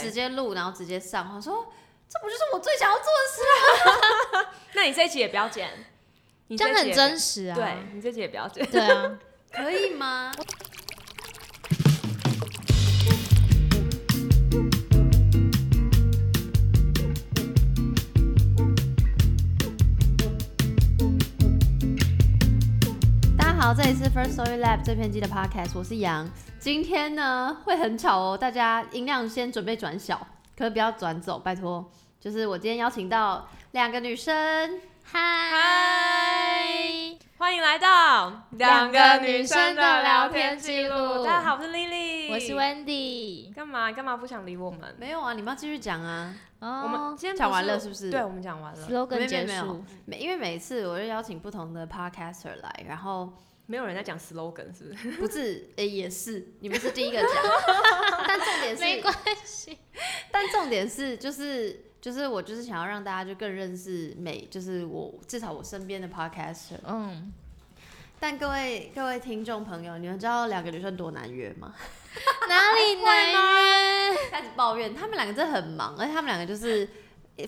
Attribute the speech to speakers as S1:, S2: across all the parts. S1: 直接录，然后直接上。我说这不就是我最想要做的事？啊
S2: 那你这一集也不要剪，你
S3: 这样
S2: 一集
S3: 很
S2: 也
S3: 真实
S2: 不
S3: 啊。
S2: 要。对你这集也不要剪。
S3: 对啊，
S1: 可以吗？大家好，这里是 First Story Lab 最偏激的 Podcast，我是杨。今天呢会很吵哦，大家音量先准备转小，可是不要转走，拜托。就是我今天邀请到两个女生，
S3: 嗨，
S2: 欢迎来到
S3: 两个女生的聊天记录
S2: 大家好，我是 Lily，
S3: 我是 Wendy。
S2: 干嘛干嘛不想理我们？
S1: 没有啊，你们要继续讲啊。
S2: 我们
S3: 哦
S2: 今天不
S1: 讲完了是不是
S2: 对，我们讲完了，
S1: 没
S3: ，slogan
S1: 有没有
S3: 结
S1: 没有
S3: 束，
S1: 每因为每一次我就邀请不同的 podcaster 来，然后
S2: 没有人在讲 slogan 是不 是？
S1: 不是诶、也是你们是第一个讲，但重点
S3: 没
S1: 是
S3: 关 系。
S1: 但重点是就是就是我就是想要让大家就更认识每就是我至少我身边的 podcaster。
S3: 嗯，
S1: 但各位各位听众朋友，你们知道两个女生多难约吗？
S3: 哪里难约？
S1: 开始抱怨，他们两个真的很忙，而且他们两个就是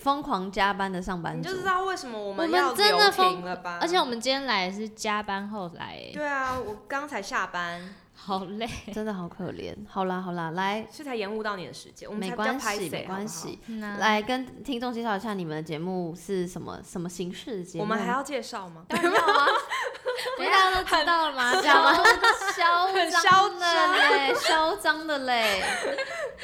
S1: 疯狂加班的上班
S2: 你
S1: 族
S2: 就。知道为什么我
S3: 我们
S2: 要
S3: 真
S2: 留
S3: 的
S2: 停
S3: 疯
S2: 了吧？
S3: 而且我们今天来是加班后来耶，
S2: 对啊，我刚才下班，
S3: 好 累。
S1: 真的好可怜。好啦好啦，来，
S2: 所以才延误到你的时间，我们
S1: 没
S2: 才比较
S1: 关
S2: 拍
S1: 系没关系。，
S3: 那
S1: 来跟听众介绍一下你们的节目是什么什么形式的节目？
S2: 我们还要介绍吗？
S1: 当然要 啊，
S3: 不是大家都知道了吗？
S1: 嚣
S3: 这 样吗？
S1: 张
S2: 很
S1: 嚣张的嘞，嚣张的嘞，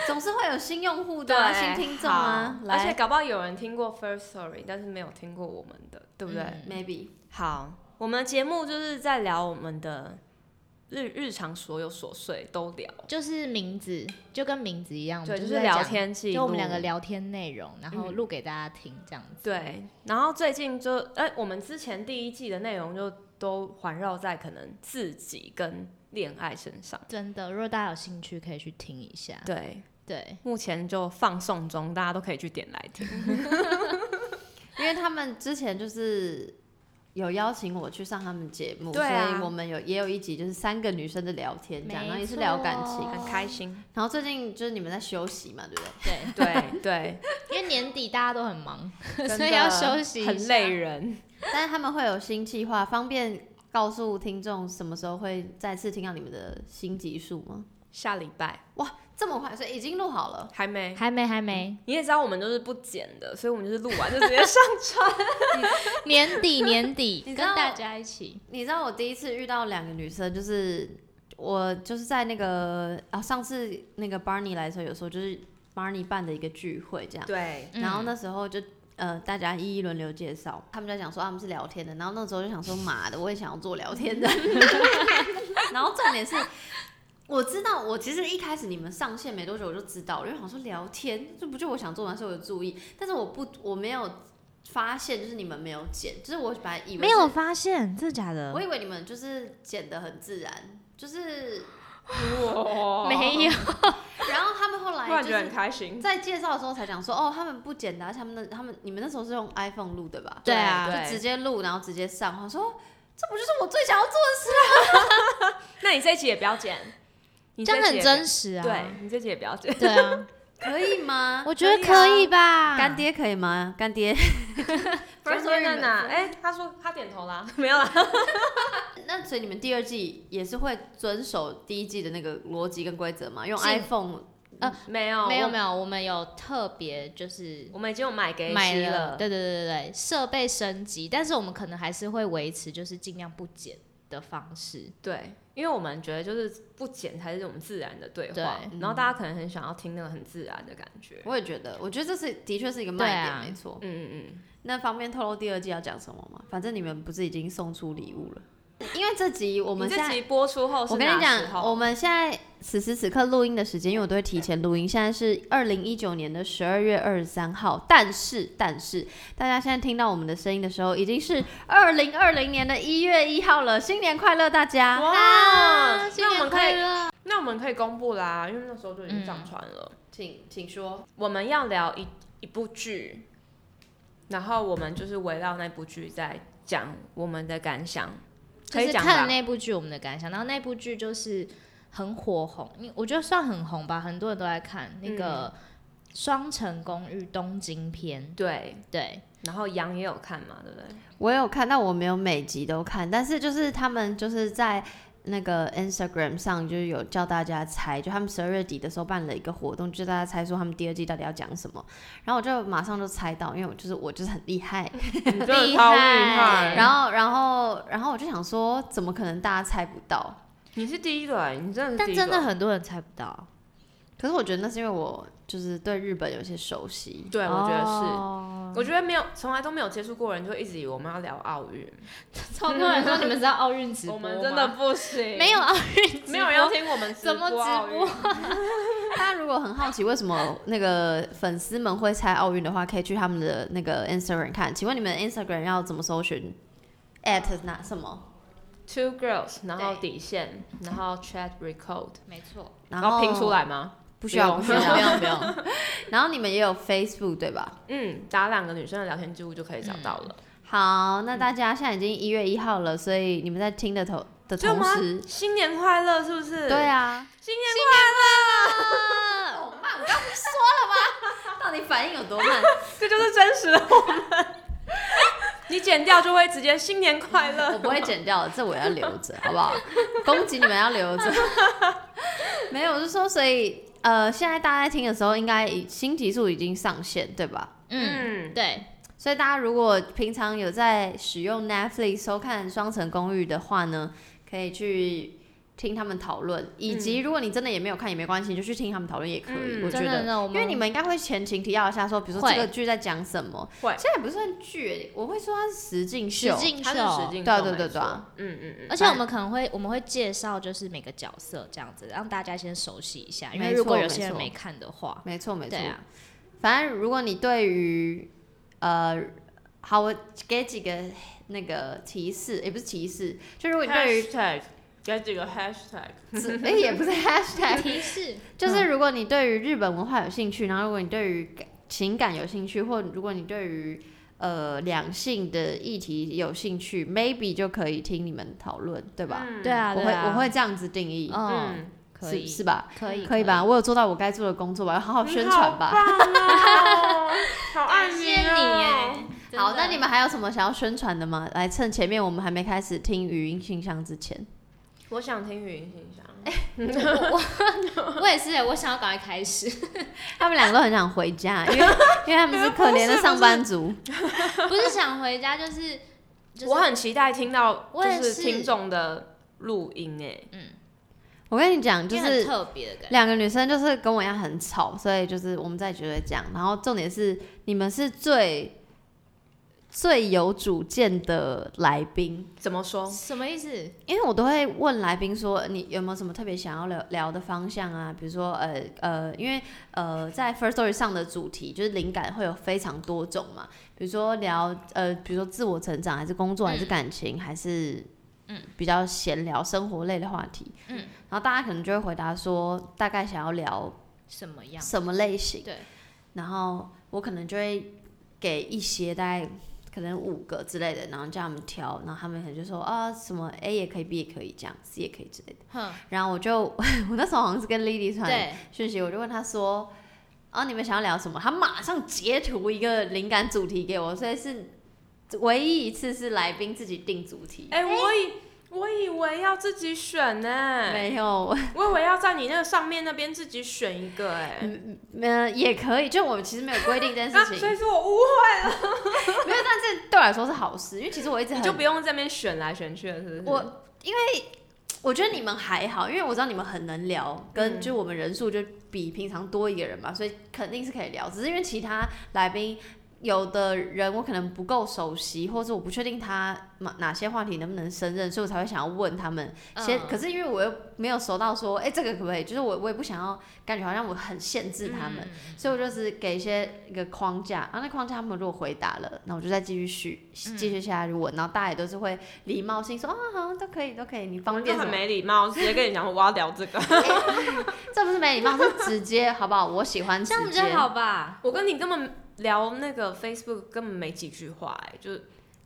S1: 总是会有新用户的啊、新听众啊，
S2: 好而且
S1: 来
S2: 搞不好有人听过 First Story，但是没有听过我们的，对不对？
S3: 嗯
S1: ，maybe
S2: 好，我们的节目就是在聊我们的日日常所有琐碎都聊，
S3: 就是名字，就跟名字一样，我
S2: 对，
S3: 们
S2: 就
S3: 就是
S2: 是
S3: 在
S2: 聊
S3: 讲，
S2: 天记录，
S3: 就我们两个。聊天内容，然后
S2: 嗯
S3: 录给大家听这样子。
S2: 对，然后最近就，哎、我们之前第一季的内容就都环绕在可能自己跟恋爱身上。
S3: 真的，如果大家有兴趣，可以去听一下。
S2: 对，
S3: 对，
S2: 目前就放送中，大家都可以去点来听。
S1: 因为他们之前就是。有邀请我去上他们节目，
S2: 对啊
S1: 所以我们有也有一集就是三个女生的聊天这样，
S3: 没
S1: 然后也是聊感情
S3: 错。
S2: 很开心，
S1: 然后最近就是你们在休息嘛，对不对？
S2: 对
S3: 对，
S2: 对，
S3: 因为年底大家都很忙，
S2: 真
S3: 所以
S2: 的
S3: 要休息一下
S2: 很累人。
S1: 但是他们会有新计划，方便告诉听众什么时候会再次听到你们的新集数吗？
S2: 下礼拜
S1: 这么快，所以已经录好了。
S2: 还没，
S3: 还没还没，
S2: 你也知道我们都是不剪的，所以我们就是录完就直接上传。
S3: 年底年底
S1: 你
S3: 跟
S1: 知道
S3: 大家一起，
S1: 你知道我第一次遇到两个女生，就是我就是在那个啊，上次那个 Barney 来的时候，有时候就是 Barney 办的一个聚会这样，
S2: 对，
S3: 嗯
S1: 然后那时候就。呃，大家一一轮流介绍，他们在讲说啊他们是聊天的，然后那时候就想说，妈的，我也想要做聊 天的。然后重点是，我知道，我其实一开始你们上线没多久我就知道了，因为想说聊天，这不就我想做完，所以我有注意，但是我不，我没有发现，就是你们没有剪，就是我本来以为
S3: 没
S1: 是
S3: 有发现，真的假的
S1: 我？以为你们就是剪得很自然，就是，
S3: 没有，
S1: 然后他们后
S2: 突然
S1: 来就
S2: 觉得很
S1: 是
S2: 开心。
S1: 在介绍的时候才讲说，哦，他们不剪的啊，而且他们的他们你们那时候是用 iPhone 录的吧？
S3: 对啊
S1: 就
S2: 对
S1: 直接录，然后直接上。我说，这不就是我最想要做
S2: 那你这一集也不要剪，你
S3: 这样
S2: 一集
S3: 很
S2: 也
S3: 真实
S2: 不要。
S3: 啊。
S2: 对你这一集也不要 剪，
S3: 对啊，
S1: 的，可以吗？
S3: 我觉得
S2: 可
S3: 可
S2: 以啊
S3: 以吧。
S1: 干爹可以吗？干爹，
S2: 不然
S1: First
S2: 说在
S1: Story
S2: 哪？
S1: 们
S2: 哎，他说他点头 啦，没有啦。
S1: 那所以你们第二季也是会遵守第一季的那个逻辑跟规则吗？用
S3: 尽
S1: iPhone
S2: 没有，
S3: 没有没
S2: 有，
S3: 有，我们有特别就是
S2: 我们已经有买给
S3: 买
S2: 西
S3: 了，
S2: 了。
S3: 对对对对对，设备升级，但是我们可能还是会维持就是尽量不剪的方式。
S2: 对，因为我们觉得就是不剪才是我们自然的对话
S3: 对，
S2: 然后大家可能很想要听那个很自然的感觉。
S1: 我也觉得，我觉得这是的确是一个卖点，
S3: 对啊
S1: 没错。
S2: 嗯嗯嗯，
S1: 那方便透露第二季要讲什么吗？反正你们不是已经送出礼物了？因为这集我
S2: 我
S1: 们现
S2: 这
S1: 在，
S2: 集播出后是
S1: 我跟你
S2: 哪时
S1: 讲，
S2: 候
S1: 我们现在此时此刻录音的时间，因为我都会提前录音，现在是二零一九年的十二月二十三号。但是，但是大家现在听到我们的声音的时候，已经是二零二零年的一月一号了，新年快乐，大家！
S2: 哇，
S3: 新
S2: 那我
S3: 年
S2: 们可
S3: 快
S2: 以，
S3: 乐！
S2: 那我们可以公布啦，因为那时候就已经上传了。
S3: 嗯
S1: 请请说，
S2: 我们要聊一一部剧，然后我们就是围绕那部剧在讲我们的感想，
S3: 就
S2: 可以
S3: 是
S2: 讲
S3: 看了
S2: 吧？
S3: 那部剧我们的感想，然后那部剧就是很火红，因我觉得算很红吧，很多人都在看那个《双城公寓东京篇，
S2: 对，
S3: 对，
S2: 然后羊也有看嘛，对不对？
S1: 我有看，但我没有每集都看，但是就是他们就是在那个 Instagram 上就是有叫大家猜，就他们十二月底的时候办了一个活动，就大家猜说他们第二季到底要讲什么，然后我就马上就猜到，因为我就是我就是很厉害，
S2: 你真的
S3: 厉
S2: 超厉
S3: 害
S2: 害。
S1: 然后然后然后我就想说，怎么可能大家猜不到？
S2: 你是第一个、哎，你真的是
S3: 但
S2: 第一
S3: 真
S2: 个
S3: 的很多人猜不到，
S1: 可是我觉得那是因为我就是对日本有些熟悉，
S2: 对，我觉得是。
S3: 是。
S2: 我觉得没有，从来都没有接触过人，就一直以为我们要聊奥运，
S3: 超多人说你们知道奥运直播
S2: 我
S3: 吗
S2: 们真的不行，
S3: 没有啊奥运，
S2: 没有人要。听我们
S3: 怎么
S2: 奥
S3: 直
S2: 运
S3: 播？
S1: 大家如果很好奇为什么那个粉丝们会猜奥运的话，可以去他们的那个 Instagram 看。请问你们 Instagram 要怎么搜寻？at 哪什么？
S2: Two girls，然后
S3: 对
S2: 底线，然后 chat record，
S3: 没错，
S1: 然
S2: 然
S1: 后
S2: 后拼出，来吗？
S1: 不需要，不
S2: 不
S1: 需
S2: 用
S1: 要，不用，不用。 然后你们也有 Facebook 对吧？
S2: 嗯，打两个女生的聊天记录就可以找到了。
S1: 好，那大家现在已经一月一号了，所以你们在听的同的
S2: 就
S1: 同时，
S2: 新年快乐，是不是？
S1: 对，啊，
S2: 新年
S1: 我慢，
S2: 快
S1: 我刚不是说了吗？到底反应有多慢？
S2: 乐， 这就是真实的我们。 你剪掉就会直接新年快 乐。
S1: 我不会剪掉的，这我要留着，好不好？恭喜你们要留 着。没有，我是说，所以呃，现在大家在听的时候，应该已新集数已经上线，对吧？
S3: 嗯，
S2: 嗯，
S3: 对，
S1: 所以大家如果平常有在使用 Netflix 收看《双层公寓》的话呢，可以去听他们讨论，以
S3: 嗯
S1: 及如果你真的也没有看也没关系，你就去听他们讨论也可以。
S2: 嗯
S1: 我觉
S3: 真的
S1: 得。
S3: 呢，我
S1: 因
S3: 们
S1: 为你们应该会前情提要一下说比如说
S3: 会
S1: 这个剧在讲什么。
S2: 会
S1: 现在也不算剧，我会说它是实境
S3: 实
S1: 秀。
S3: 境
S2: 它是
S3: 秀
S2: 实，境秀，
S1: 对啊对对
S2: 没
S1: 对啊
S2: 错，嗯嗯嗯，
S3: 而且我们可能会我们会介绍就是每个角色这样子，让大家先熟悉一下，因为
S1: 没
S3: 如果
S1: 错
S3: 有些
S1: 没
S3: 人
S1: 错
S3: 没看的话，
S1: 没错没错。
S3: 对啊，
S1: 反正如果你对于呃，好，我给几个那个提示，也不是提示，就如果你对于
S2: hashtag 给几个 hashtag，
S1: 自，哎、也不是 hashtag，
S3: 提示
S1: 就是如果你对于日本文化有兴趣，然后如果你对于感情感有兴趣，或如果你对于呃两性的议题有兴趣，maybe 就可以听你们讨论，对吧？
S2: 嗯
S3: 对，啊，
S1: 我
S3: 对
S1: 会
S3: 啊
S1: 我会这样子定义，
S3: 嗯，
S2: 嗯，
S3: 可
S1: 是
S3: 以
S1: 是吧？
S3: 可以
S1: 可以吧？？我有做到我该做的工作吧？要好好宣传吧。
S2: 你好棒哦， 好爱
S3: 感
S2: 你
S3: 谢你哎
S2: 哦。，
S3: 真
S1: 好，
S3: 的
S1: 那你们还有什么想要宣传的吗？来，趁前面我们还没开始听语音信箱之前，
S2: 我想听语音信箱，
S3: 我也是耶，我想要赶快开始，
S1: 他们两个都很想回家， 因为因为他们是可怜的上班族。
S3: 不是想回家，就是就是
S2: 我很期待听到
S3: 我也
S2: 就是是听众的录音哎，
S1: 我跟你讲，就
S3: 因为很
S1: 是
S3: 特别的感觉，
S1: 两个女生就是跟我一样很吵，所以就是我们在觉得这样。然后重点是你们是最最有主见的来宾，
S2: 怎么说？
S3: 什么意思？
S1: 因为我都会问来宾说，你有没有什么特别想要聊聊的方向啊？比如说，呃呃，因为呃，在 First Story 上的主题就是灵感会有非常多种嘛，比如说聊呃，比如说自我成长，还是工作，还是感情，还是嗯比较闲聊生活类的话题。
S3: 嗯，
S1: 然后大家可能就会回答说，大概想要聊
S3: 什么样？
S1: 什么类型？
S3: 对，
S1: 然后我可能就会给一些大概可能五个之类的，然后叫他们挑，然后他们可能就说啊什么 A 也可以，B 也可以，这样 C 也可以之类的。
S3: 哼，
S1: 然后我就 我那时候好像是跟 Lily 传
S3: 对，
S1: 讯息，我就问他说啊你们想要聊什么？他马上截图一个灵感主题给我，所以是唯一一次是来宾自己定主题。
S2: 哎，我以我以为要自己选呢，
S1: 没有，
S2: 我以为要在你那个上面那边自己选一个哎，
S1: 呃，也可以。就我们其实没有规定这件
S2: 啊，
S1: 事情，
S2: 所以说我误会，
S1: 没有，但这对我来说是好事，因为其实我一直
S2: 你
S1: 很
S2: 就不用在那边选来选去了，是不是？
S1: 我我觉得你们还好，因为我知道你们很能聊，跟就我们人数就比平常多一个人嘛，所以肯定是可以聊。只是因为其他来宾有的人我可能不够熟悉，或者我不确定他哪哪些话题能不能胜任，所以我才会想要问他们。先，
S3: 嗯
S1: 可是因为我又没有熟到说，哎、这个可不可以？就是我我也不想要感觉好像我很限制他们，所以我就是给一些一个框架，然后那框架他们如果回答了，那我就再继续续继续下去问，然后大家也都是会礼貌性说啊，好，都可以，都可以，你方
S2: 就
S1: 便什
S2: 很
S1: 么？
S2: 没礼貌，直接跟你讲我要聊这 个，
S1: 这不是没礼貌，是直接，好不好？我喜欢直
S3: 这样比
S1: 接
S3: 较。好吧？
S2: 我跟你根本聊那个 Facebook 根本没几句话哎，就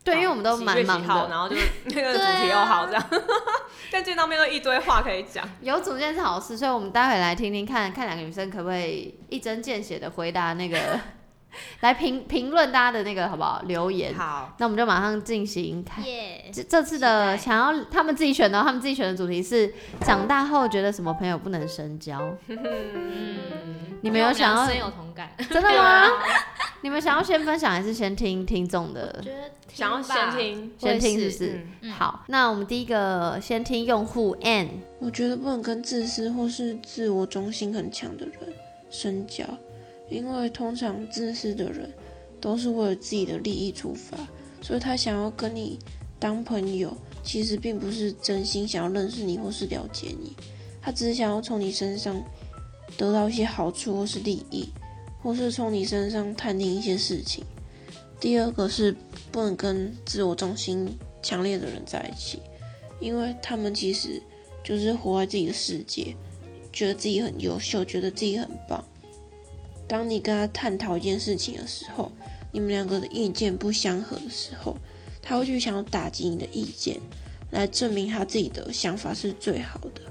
S1: 对，因为我们都
S2: 几
S1: 蛮
S2: 月几
S1: 忙
S2: 号
S1: 的。
S2: 然后就是那个主
S3: 对啊
S2: 题又好这样， 但见到面都一堆话可以讲。
S1: 有主见是好事，所以我们待会来听听看看两个女生可不可以一针见血的回答那个，来评评论大家的那个好不好？留言。
S2: 好，
S1: 那我们就马上进行开。
S3: 耶
S1: 这这次的想要他们自己选的哦，他们自己选的主题是长大后觉得什么朋友不能深交。
S3: 嗯，
S1: 你们有想要
S3: 我们俩深有同感？
S1: 真的吗？你们想要先分享还是先听听众的？
S3: 觉得
S2: 想要先听，
S3: 我
S1: 先
S3: 也
S1: 听是
S3: 是
S1: 不是？
S2: 嗯，
S3: 嗯
S1: 好，那我们第一个先听用户 N，
S4: 我觉得不能跟自私或是自我中心很强的人深交，因为通常自私的人都是为了自己的利益出发，所以他想要跟你当朋友，其实并不是真心想要认识你或是了解你，他只是想要从你身上得到一些好处或是利益，或是从你身上探听一些事情。第二个是不能跟自我中心强烈的人在一起，因为他们其实。就是活在自己的世界，觉得自己很优秀，觉得自己很棒。当你跟他探讨一件事情的时候，你们两个的意见不相合的时候，他会去想要打击你的意见，来证明他自己的想法是最好的。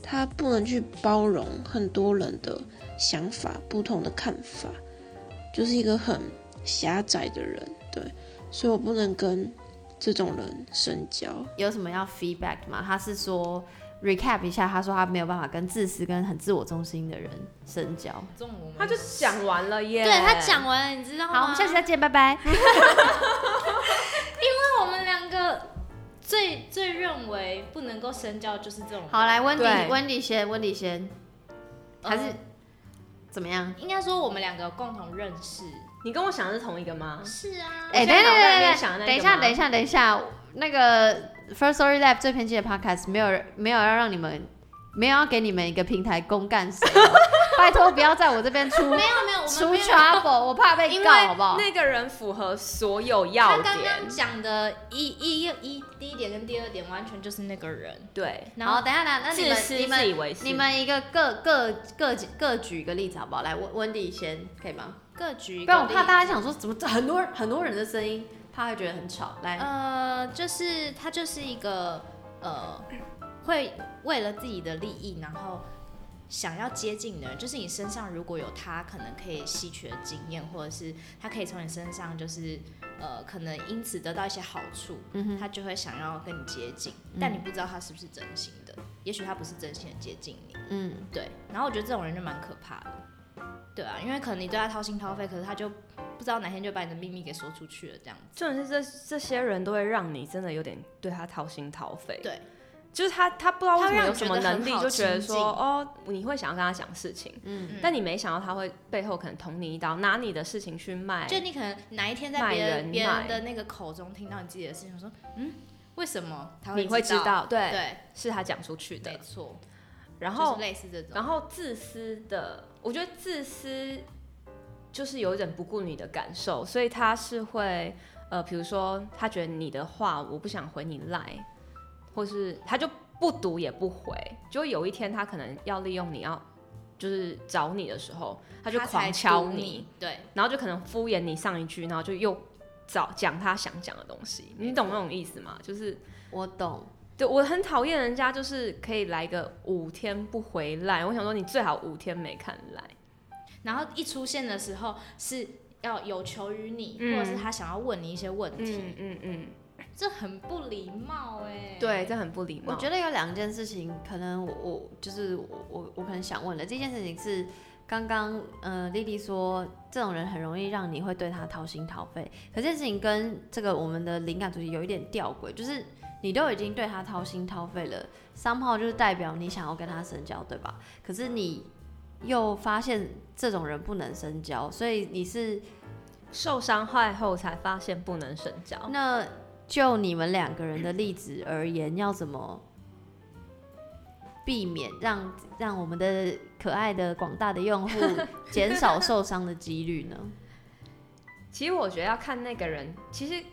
S4: 他不能去包容很多人的想法、不同的看法，就是一个很狭窄的人。对，所以我不能跟这种人深交。
S1: 有什么要 feedback 吗？他是说 recap 一下，他说他没有办法跟自私跟很自我中心的人深交。
S3: 中我们
S2: 他就讲完了耶。
S3: 对他讲完了，你知道吗？
S1: 好，我们下期再见，拜拜。
S3: 那我们两个最最认为不能够深交就是这种人，
S1: 好，来温迪，
S2: 对
S1: 温迪先，温迪先，
S3: 呃
S1: 还是、怎么样？
S3: 应该说我们两个有共同认识。
S2: 你跟我想的是同一个吗？
S3: 是啊，
S1: 哎、
S2: 我现
S1: 等
S2: 在
S1: 一下等
S2: 脑袋里面想
S1: 等
S2: 的那
S1: 等一
S2: 个
S1: 下，
S2: 吗
S1: 等一下，等一下，那个 First Story Lab 最偏激的 Podcast 没有人没有要让你们没有要给你们一个平台公干谁 哦，拜托不要在我这边出
S3: 没有没有，我们
S1: 出
S3: 没有。
S1: trouble，我怕被
S2: 因为
S1: 告，好不好？
S2: 那个人符合所有
S3: 他
S2: 要
S3: 刚
S2: 点
S3: 刚，讲的一一一一第一点跟第二点完全就是那个人，
S2: 对，
S3: 然
S1: 好，
S3: 后
S1: 等一下，等一下，那你
S2: 自
S1: 们
S2: 私
S1: 你
S2: 自以
S1: 们
S2: 为是。
S1: 你们一个各各各各举一个例子好不好？来，温温迪先可以吗？
S3: 各举一
S1: 不然
S3: 个
S1: 我
S3: 例
S1: 怕大家想说怎么这很多人很多人的声音，怕会觉得很吵。来，
S2: 嗯
S3: 呃，就是他就是一个呃，会为了自己的利益，然后想要接近的人，就是你身上如果有他可能可以吸取的经验，或者是他可以从你身上就是呃，可能因此得到一些好处，
S1: 嗯哼，
S3: 他就会想要跟你接近，
S1: 嗯
S3: 但你不知道他是不是真心的，也许他不是真心的接近你，
S1: 嗯，
S3: 对。然后我觉得这种人就蛮可怕的，对啊，因为可能你对他掏心掏肺，可是他就不知道哪天就把你的秘密给说出去了，这样子。
S2: 重点是这这些人都会让你真的有点对他掏心掏肺。
S3: 对，
S2: 就是他他不知道为什么有什么
S3: 他会让
S2: 能
S3: 你
S2: 力
S3: 觉得很好
S2: 就觉得说
S3: 亲近
S2: 哦，你会想要跟他讲事情，
S1: 嗯
S2: 但你没想到他会背后可能捅你一刀，拿你的事情去卖。
S3: 就你可能哪一天在
S2: 卖
S3: 别
S2: 人
S3: 人别
S2: 脉
S3: 人的那个口中听到你自己的事情，说嗯，为什么他
S2: 你会
S3: 知
S2: 知？道，对，
S3: 对，
S2: 是他讲出去
S3: 没
S2: 的。
S3: 错，
S2: 然
S3: 就
S2: 后
S3: 是类似这种。
S2: 然后自私的，我觉得自私就是有一点不顾你的感受，所以他是会呃，比如说他觉得你的话我不想回你赖，或是他就不读也不回，就有一天他可能要利用你要就是找你的时候，他就
S3: 才
S2: 狂敲
S3: 堵
S2: 你，
S3: 你，对，
S2: 然后就可能敷衍你上一句，然后就又找讲他想讲的东西，你懂那种意思吗？就是
S1: 我懂。
S2: 对我很讨厌人家就是可以来个五天不回来，我想说你最好五天没看来，
S3: 然后一出现的时候是要有求于你，
S2: 嗯
S3: 或者是他想要问你一些问
S2: 嗯
S3: 题，
S2: 嗯嗯，
S3: 这很不礼貌哎。
S2: 对，，这很不礼貌。
S1: 我觉得有两件事情，可能我我就是我我我可能想问的。第一件事情是刚刚呃丽丽说，这种人很容易让你会对他掏心掏肺。可这件事情跟这个我们的灵感主题有一点吊诡，就是你都已经对他掏心掏肺了，三炮就是代表你想要跟他深交，对吧？可是你又发现这种人不能深交，所以你是
S2: 受伤害后才发现不能深交，
S1: 那就你们两个人的例子而言，要怎么避免让让我们的可爱的广大的用户减少受伤的几率呢？
S2: 其实我觉得要看那个人，其实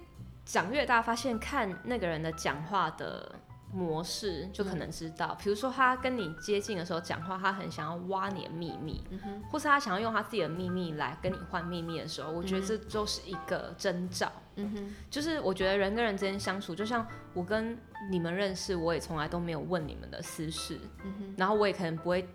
S2: 长越大，发现看那个人的讲话的模式，就
S1: 嗯
S2: 可能知道。比如说，他跟你接近的时候讲话，他很想要挖你的秘密，
S1: 嗯
S2: 或是他想要用他自己的秘密来跟你换秘密的时候，我觉得这就是一个征兆。
S1: 嗯哼，
S2: 就是我觉得人跟人之间相处，就像我跟你们认识，我也从来都没有问你们的私事，
S1: 嗯
S2: 然后我也可能不会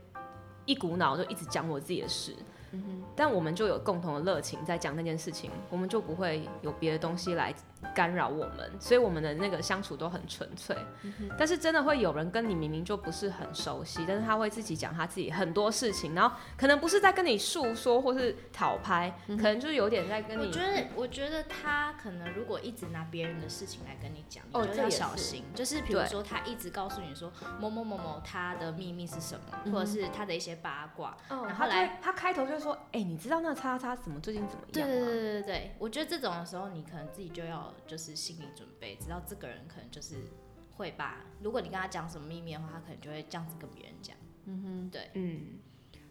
S2: 一股脑就一直讲我自己的事，
S3: 嗯
S2: 但我们就有共同的热情在讲那件事情，我们就不会有别的东西来干扰我们，所以我们的那个相处都很纯粹。
S3: 嗯
S2: 但是真的会有人跟你明明就不是很熟悉，但是他会自己讲他自己很多事情，然后可能不是在跟你诉说或是讨拍，可能就是有点在跟你。
S3: 嗯我觉得，我觉得他可能如果一直拿别人的事情来跟你讲，
S2: 哦
S3: 你就
S2: 这
S3: 要
S2: 也是
S3: 小心。就是比如
S2: 对
S3: 说，他一直告诉你说某某某某他的秘密是什么，
S2: 嗯
S3: 或者是他的一些八卦。
S2: 哦，
S3: 然
S2: 然
S3: 后
S2: 后
S3: 来
S2: 来他开头就说：“哎、你知道那叉叉怎么最近怎么
S3: 对
S2: 样
S3: 对对
S2: 吗
S3: 对对对，我觉得这种的时候，你可能自己就要就是心理准备，知道这个人可能就是会把，如果你跟他讲什么秘密的话，他可能就会这样子跟别人讲。
S2: 嗯，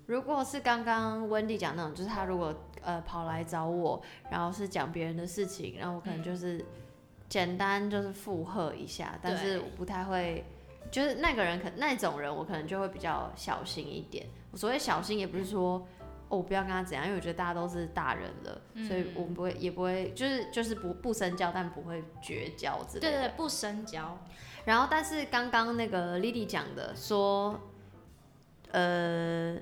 S1: 如果是刚刚温蒂讲那种，就是他如果呃跑来找我，然后是讲别人的事情，然后我可能就是简单就是附和一下，但是
S3: 对
S1: 我不太会，就是那个人可那种人，我可能就会比较小心一点。我所谓小心，也不是说。哦，我不要跟他怎样，因为我觉得大家都是大人了，所以我们不会，也不会，就是就是不不深交，但不会绝交之类的。
S3: 对对对，不深交。
S1: 然后，但是刚刚那个 Lily 讲的说，呃，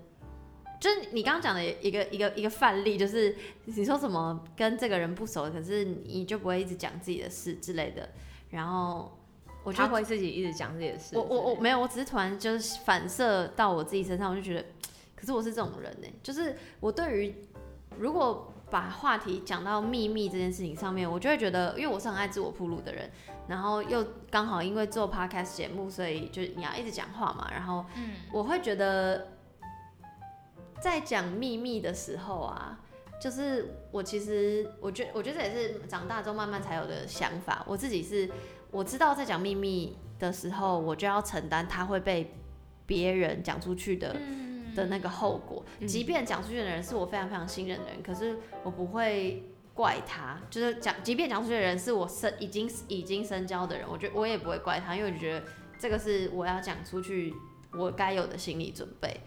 S1: 就是你刚刚讲的一个一个一个范例，就是你说什么跟这个人不熟，可是你就不会一直讲自己的事之类的。然后我
S2: 我
S1: 就
S2: 就会自己一直讲自己的事。
S1: 我我我没有，我只是突然就是反射到我自己身上，我就觉得，可是我是这种人呢、就是我对于如果把话题讲到秘密这件事情上面，我就会觉得，因为我是很爱自我铺路的人，然后又刚好因为做 podcast 节目，所以就是你要一直讲话嘛，然后
S3: 嗯
S1: 我会觉得，在讲秘密的时候啊。就是我其实，我觉我觉得这也是长大之后慢慢才有的想法。我自己是我知道在讲秘密的时候，我就要承担它会被别人讲出去的、的那个后果。即便讲出去的人是我非常非常信任的人，可是我不会怪他。就是讲，即便讲出去的人是我深已经已经深交的人，我觉得我也不会怪他，因为我觉得这个是我要讲出去我该有的心理准备。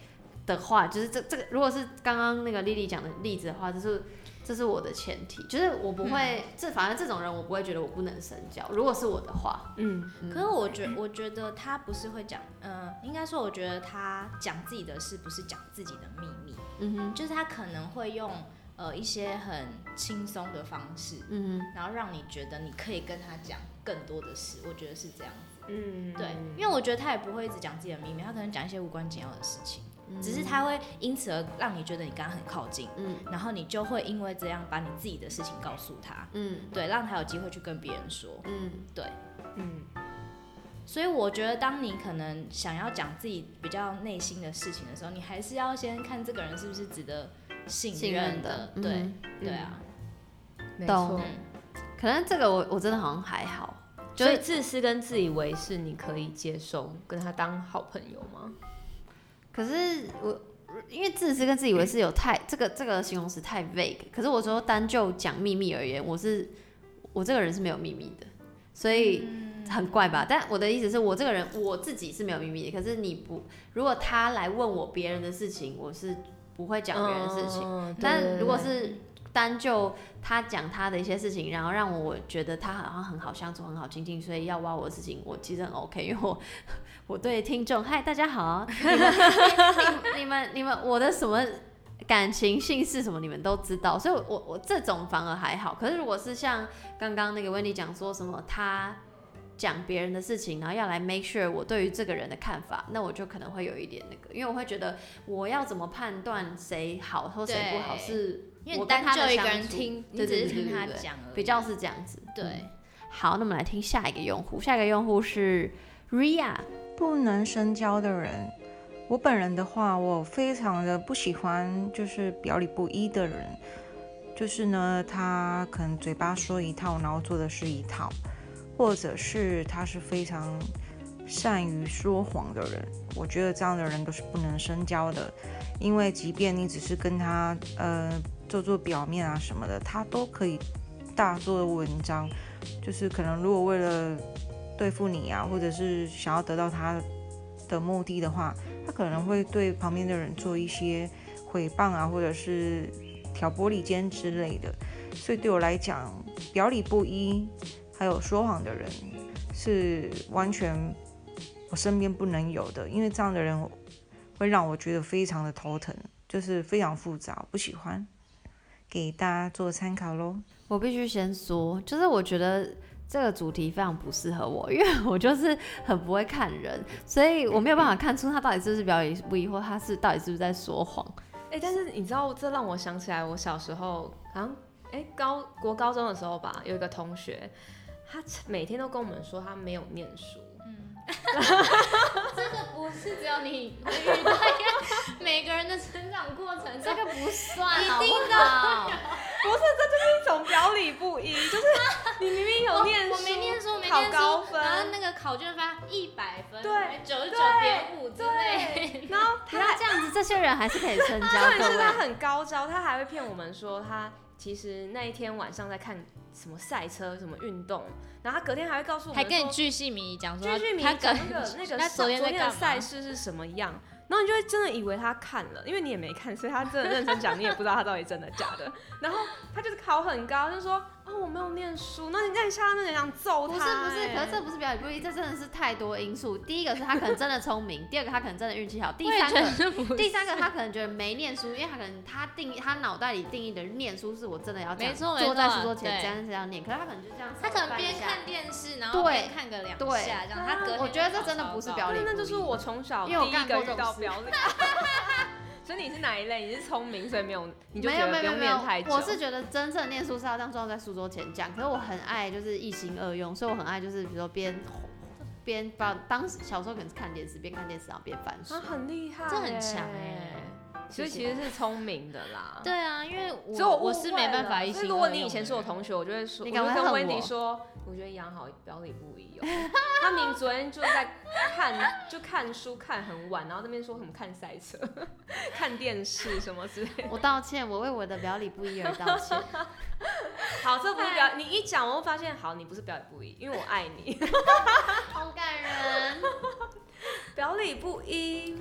S1: 的话，就是这这个，如果是刚刚那个丽丽讲的例子的话，就是这是我的前提，就是我不会，这反正这种人我不会觉得我不能深交。如果是我的话，
S2: 嗯，
S3: 可是我觉我觉得他不是会讲，呃，应该说我觉得他讲自己的事不是讲自己的秘密，
S1: 嗯哼，
S3: 就是他可能会用呃一些很轻松的方式，
S1: 嗯
S3: 然后让你觉得你可以跟他讲更多的事，我觉得是这样子。
S2: 嗯，
S3: 对，因为我觉得他也不会一直讲自己的秘密，他可能讲一些无关紧要的事情，只是他会因此而让你觉得你跟他很靠近，
S1: 嗯
S3: 然后你就会因为这样把你自己的事情告诉他，
S1: 嗯
S3: 对，让他有机会去跟别人说。
S1: 嗯
S2: 嗯，
S3: 所以我觉得，当你可能想要讲自己比较内心的事情的时候，你还是要先看这个人是不是值得信
S1: 信任
S3: 任
S1: 的，
S3: 对、
S1: 嗯
S3: 对啊，
S2: 没
S1: 懂
S2: 错。
S3: 嗯
S1: 可能这个我我真的好像还好，就
S2: 所以
S1: 是
S2: 自私跟自以为是，你可以接受跟他当好朋友吗？
S1: 可是我因为自私跟自以为是有太这个这个形容词太 vague，可是我说单就讲秘密而言，我是我这个人是没有秘密的，所以
S3: 嗯
S1: 很怪吧？但我的意思是我这个人我自己是没有秘密的，可是你不如果他来问我别人的事情，我是不会讲别人的事情。
S2: 情
S1: 但如果是单就他讲他的一些事情，然后让我觉得他好像很好相处、很好亲近，所以要挖我的事情，我其实很 OK，因为我 我对听众，嗨，大家好， 你们你你们你们我的什么感情、姓氏什么，你们都知道，所以我我我这种反而还好。可是如果是像刚刚那个温妮讲说什么他。讲别人的事情，然后要来 make sure 我对于这个人的看法，那我就可能会有一点那个，因为我会觉得我要怎么判断谁好或谁不好
S3: 对
S1: 是
S3: 因
S1: 我
S3: 为你
S1: 跟
S3: 单
S1: 他的
S3: 就一个
S1: 相
S3: 人
S1: 处
S3: 听，你
S1: 对
S3: 只
S1: 对对
S3: 是
S1: 对
S3: 听他
S1: 对对
S3: 讲而已，
S1: 比较是这样子。
S3: 对
S1: 嗯。好，那我们来听下一个用户，下一个用户是 Ria，
S5: 不能深交的人，我本人的话，我非常的不喜欢就是表里不一的人，就是呢，他可能嘴巴说一套，然后做的是一套，或者是他是非常善于说谎的人，我觉得这样的人都是不能深交的，因为即便你只是跟他呃做做表面啊什么的，他都可以大做文章，就是可能如果为了对付你啊，或者是想要得到他的目的的话，他可能会对旁边的人做一些诽谤啊，或者是挑拨离间之类的。所以对我来讲，表里不一还有说谎的人是完全我身边不能有的，因为这样的人会让我觉得非常的头疼，就是非常复杂，不喜欢。给大家做参考喽。
S1: 我必须先说，就是我觉得这个主题非常不适合我，因为我就是很不会看人，所以我没有办法看出他到底是不是表里不一，或他是到底是不是在说谎。
S2: 哎、但是你知道，这让我想起来，我小时候好像哎、高国高中的时候吧，有一个同学，他每天都跟我们说他没有念书，
S3: 这个不是只有你会遇到，因为每个人的成长过 程这个不算，一定的。
S2: 不是，这就是一种表里不一，就是你明明有念书，
S3: 哦我没念书，我没
S2: 考
S3: 念书，
S2: 高分，
S3: 然后那个考卷发一百分，
S2: 对，
S3: 九十九点五
S2: 对
S3: 之类。
S2: 对，然后
S1: 他这样子，这些人还是可以 成交，
S2: 重点
S1: 各
S2: 是他
S1: 位。
S2: 很高招，他还会骗我们说他其实那一天晚上在看什么赛车、什么运动，然后他隔天还会告诉我们
S3: 还
S2: 说，
S3: 跟你巨细靡遗讲说
S2: 继续明
S3: 他
S2: 讲
S3: 跟
S2: 那 个那个
S3: 他
S2: 上
S3: 昨
S2: 昨
S3: 天在
S2: 天
S3: 干
S2: 的
S3: 嘛
S2: 赛事是什么样，然后你就会真的以为他看了，因为你也没看，所以他真的认真讲，你也不知道他到底真的假的。然后他就是考很高，就说哦我没有念书，那你那你下那你想揍
S1: 不
S2: 他、
S1: 是不是，可
S2: 哎
S1: 是这不是表里不一，这真的是太多因素。第一个是他可能真的聪明， 第二个他可能真的运气好，第
S3: 我也
S1: 三
S3: 觉
S1: 个
S3: 得不
S1: 第
S3: 是。
S1: 三个他可能觉得没念书，因为他可能他定他脑袋里定义的念书是我真的要这样
S3: 没错没
S1: 坐在
S3: 错
S1: 书桌前
S3: 对
S1: 这样这样念，可是他可能就这样，
S3: 他可能
S1: 边
S3: 边看电视，然后
S1: 后
S3: 边
S1: 边
S3: 看个两
S1: 对
S3: 下，这样
S2: 对
S3: 他隔天
S1: 我觉得
S3: 就
S1: 这真的
S3: 考
S1: 不是
S3: 超
S1: 表
S3: 高
S1: 里不一，
S2: 那就是我从小第
S1: 因为我
S2: 一
S1: 干
S2: 个
S1: 过
S2: 遇
S1: 这种
S2: 到
S1: 事
S2: 表里。所以你是哪一类？你是聪明，所以没有，你就
S1: 没
S2: 觉
S1: 有
S2: 得
S1: 没
S2: 不
S1: 有
S2: 用
S1: 没
S2: 念
S1: 有
S2: 太，久。
S1: 我是觉得真正念书是要这样装在书桌前讲，可是我很爱就是一心二用，所以我很爱就是比如说边边把当时小时候可能是看电视，边看电视然后边翻 书
S2: 他。啊很厉害耶，欸
S3: 这很强
S1: 欸
S3: 哎
S2: 所以其实是聪明的啦。
S3: 对啊，因为我
S2: 所以我误
S3: 我是没办法
S2: 会
S3: 一
S2: 了所以
S3: 心二用的人。
S2: 如果你以前
S3: 啊
S2: 是我同学，我就会说，
S1: 你
S2: 我
S1: 赶快
S2: 就跟
S1: 恨
S2: 温迪
S1: 我
S2: 说，我觉得杨好表里不 一哦。他明明昨天就在看，就看书看很晚，然后那边说什么看赛车、看电视什么之类的。
S1: 我道歉，我为我的表里不一而 道歉。
S2: 好，这不是表，你一讲我就发现，好，你不是表里不一，因为我爱你，
S1: 好感人。
S2: 表里不 一。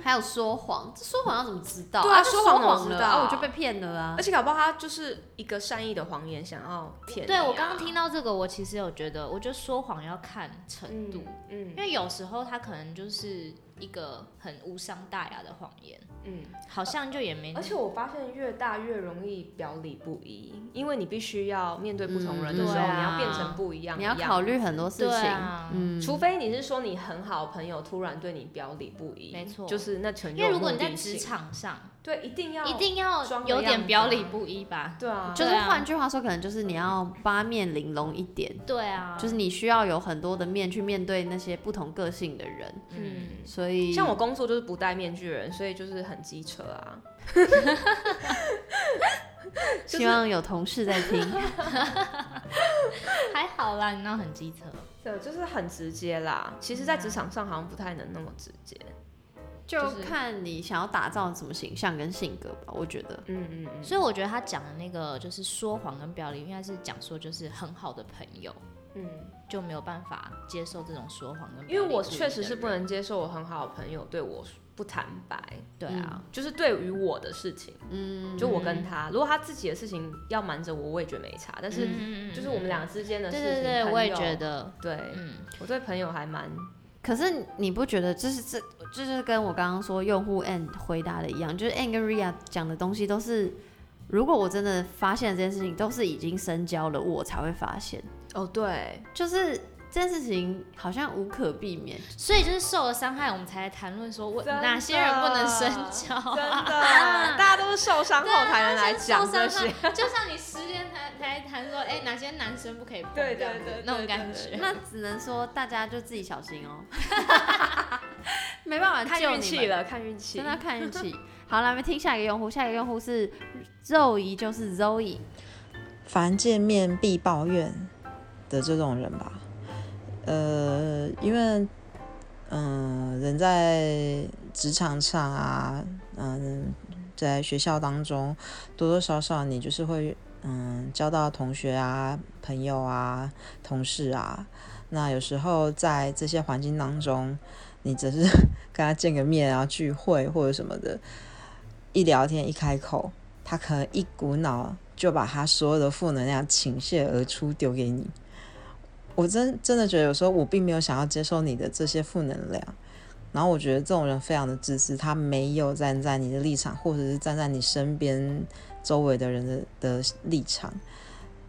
S1: 还有说谎，这说谎要怎么知道？
S2: 对啊
S1: 就
S2: 说
S1: 说
S2: 谎怎么
S1: 谎
S2: 知
S1: 了
S2: 道
S1: 啊，我就被骗了啊
S2: 而。且搞不好他就是一个善意的谎言，想要骗你啊、
S3: 对我刚刚听到这个，我其实有觉得，我觉得说谎要看程度，
S2: 嗯
S3: 因为有时候他可能就是一个很无伤大雅的谎言，
S2: 嗯，
S3: 好像就也没
S2: 而且我发现越大越容易表里不一，因为你必须要面对不同人的时候，
S3: 嗯对啊
S2: 你要变成不一样的
S1: 你
S2: 样
S1: 要
S2: 子。
S1: 考虑很多事
S3: 对
S1: 情，
S3: 啊
S1: 嗯，
S2: 除非你是说你很好的朋友突然对你表里不一，
S3: 没错
S2: 就是那全
S3: 因为如果你在职，场上，
S2: 对，一定要
S3: 一定要
S2: 装个
S3: 有
S2: 样子
S3: 点
S2: 啊
S3: 表里不一吧？
S2: 对啊，
S1: 就是
S3: 对啊
S1: 换句话说，可能就是你要八面玲珑一点，
S3: 对啊，
S1: 就是你需要有很多的面去面对那些不同个性的人，
S3: 嗯，
S2: 嗯，
S1: 所以
S2: 像我工作就是不戴面具的人，所以就是很机车啊。就是
S1: 希望有同事在 听。
S3: 还好啦，你那很机车，
S2: 对，就是很直接啦。其实，在
S3: 嗯
S2: 职场上好像不太能那么直接。
S1: 就是看你想要打造什么形象跟性格吧，我觉得。
S2: 嗯嗯嗯
S3: 所以我觉得他讲的那个就是说谎跟表里，应该是讲说就是很好的朋友
S2: 嗯。
S3: 就没有办法接受这种说谎跟表里不一
S2: 因
S3: 的
S2: 为
S3: 人，
S2: 我确实是不能接受我很好的朋友对我不坦白，
S3: 对啊，
S2: 就是对于我的事情，
S1: 嗯，
S2: 就我跟他，如果他自己的事情要瞒着我，我也觉得没差，但是
S3: 嗯
S2: 就是我们俩之间的事
S3: 对
S2: 情，
S3: 对对，我也
S2: 朋友
S3: 觉，得，
S2: 对
S3: 嗯。
S2: 我对朋友还蛮，
S1: 可是你不觉得这是这就是跟我刚刚说用户 N 回答的一样，就是 N 跟 Ria 讲的东西都是，如果我真的发现了这件事情，都是已经深交了，我才会发现，
S2: 哦对，
S1: 就是这件事情好像无可避 免。
S3: 所以就是受了伤害，我们才来谈论说我
S2: 真的
S3: 哪些人不能深交、
S2: 真的，大家都是受伤后才能来 讲
S3: 受
S2: 这
S3: 伤
S1: 啊
S2: 些，
S3: 害，就像你失恋才才谈说，哎、哪些男生不可以碰，
S2: 对对
S3: 这样子
S2: 对对
S3: 那种
S2: 对
S3: 感
S2: 对
S3: 觉。
S1: 那只能说大家就自己小心哦， 没办 法
S2: 看
S1: 救
S2: 运
S1: 你
S2: 气
S1: 们。
S2: 了，看运气
S1: 真的，要看运气。 好，来我们听下一个用户，下一个用户是肉姨，就是 Zoe。
S6: 凡见面必抱怨的这种人吧。呃，因为嗯、人在职场上啊，嗯、在学校当中，多多少少你就是会嗯交到同学啊、朋友啊、同事啊，那有时候在这些环境当中，你只是 跟他见个面啊，聚会或者什么的，一聊天一开口，他可能一股脑就把他所有的负能量倾泻而出丢给你。我真真的觉得有时候我并没有想要接受你的这些负能量，然后我觉得这种人非常的自私，他没有站在你的立场，或者是站在你身边周围的人的的立场，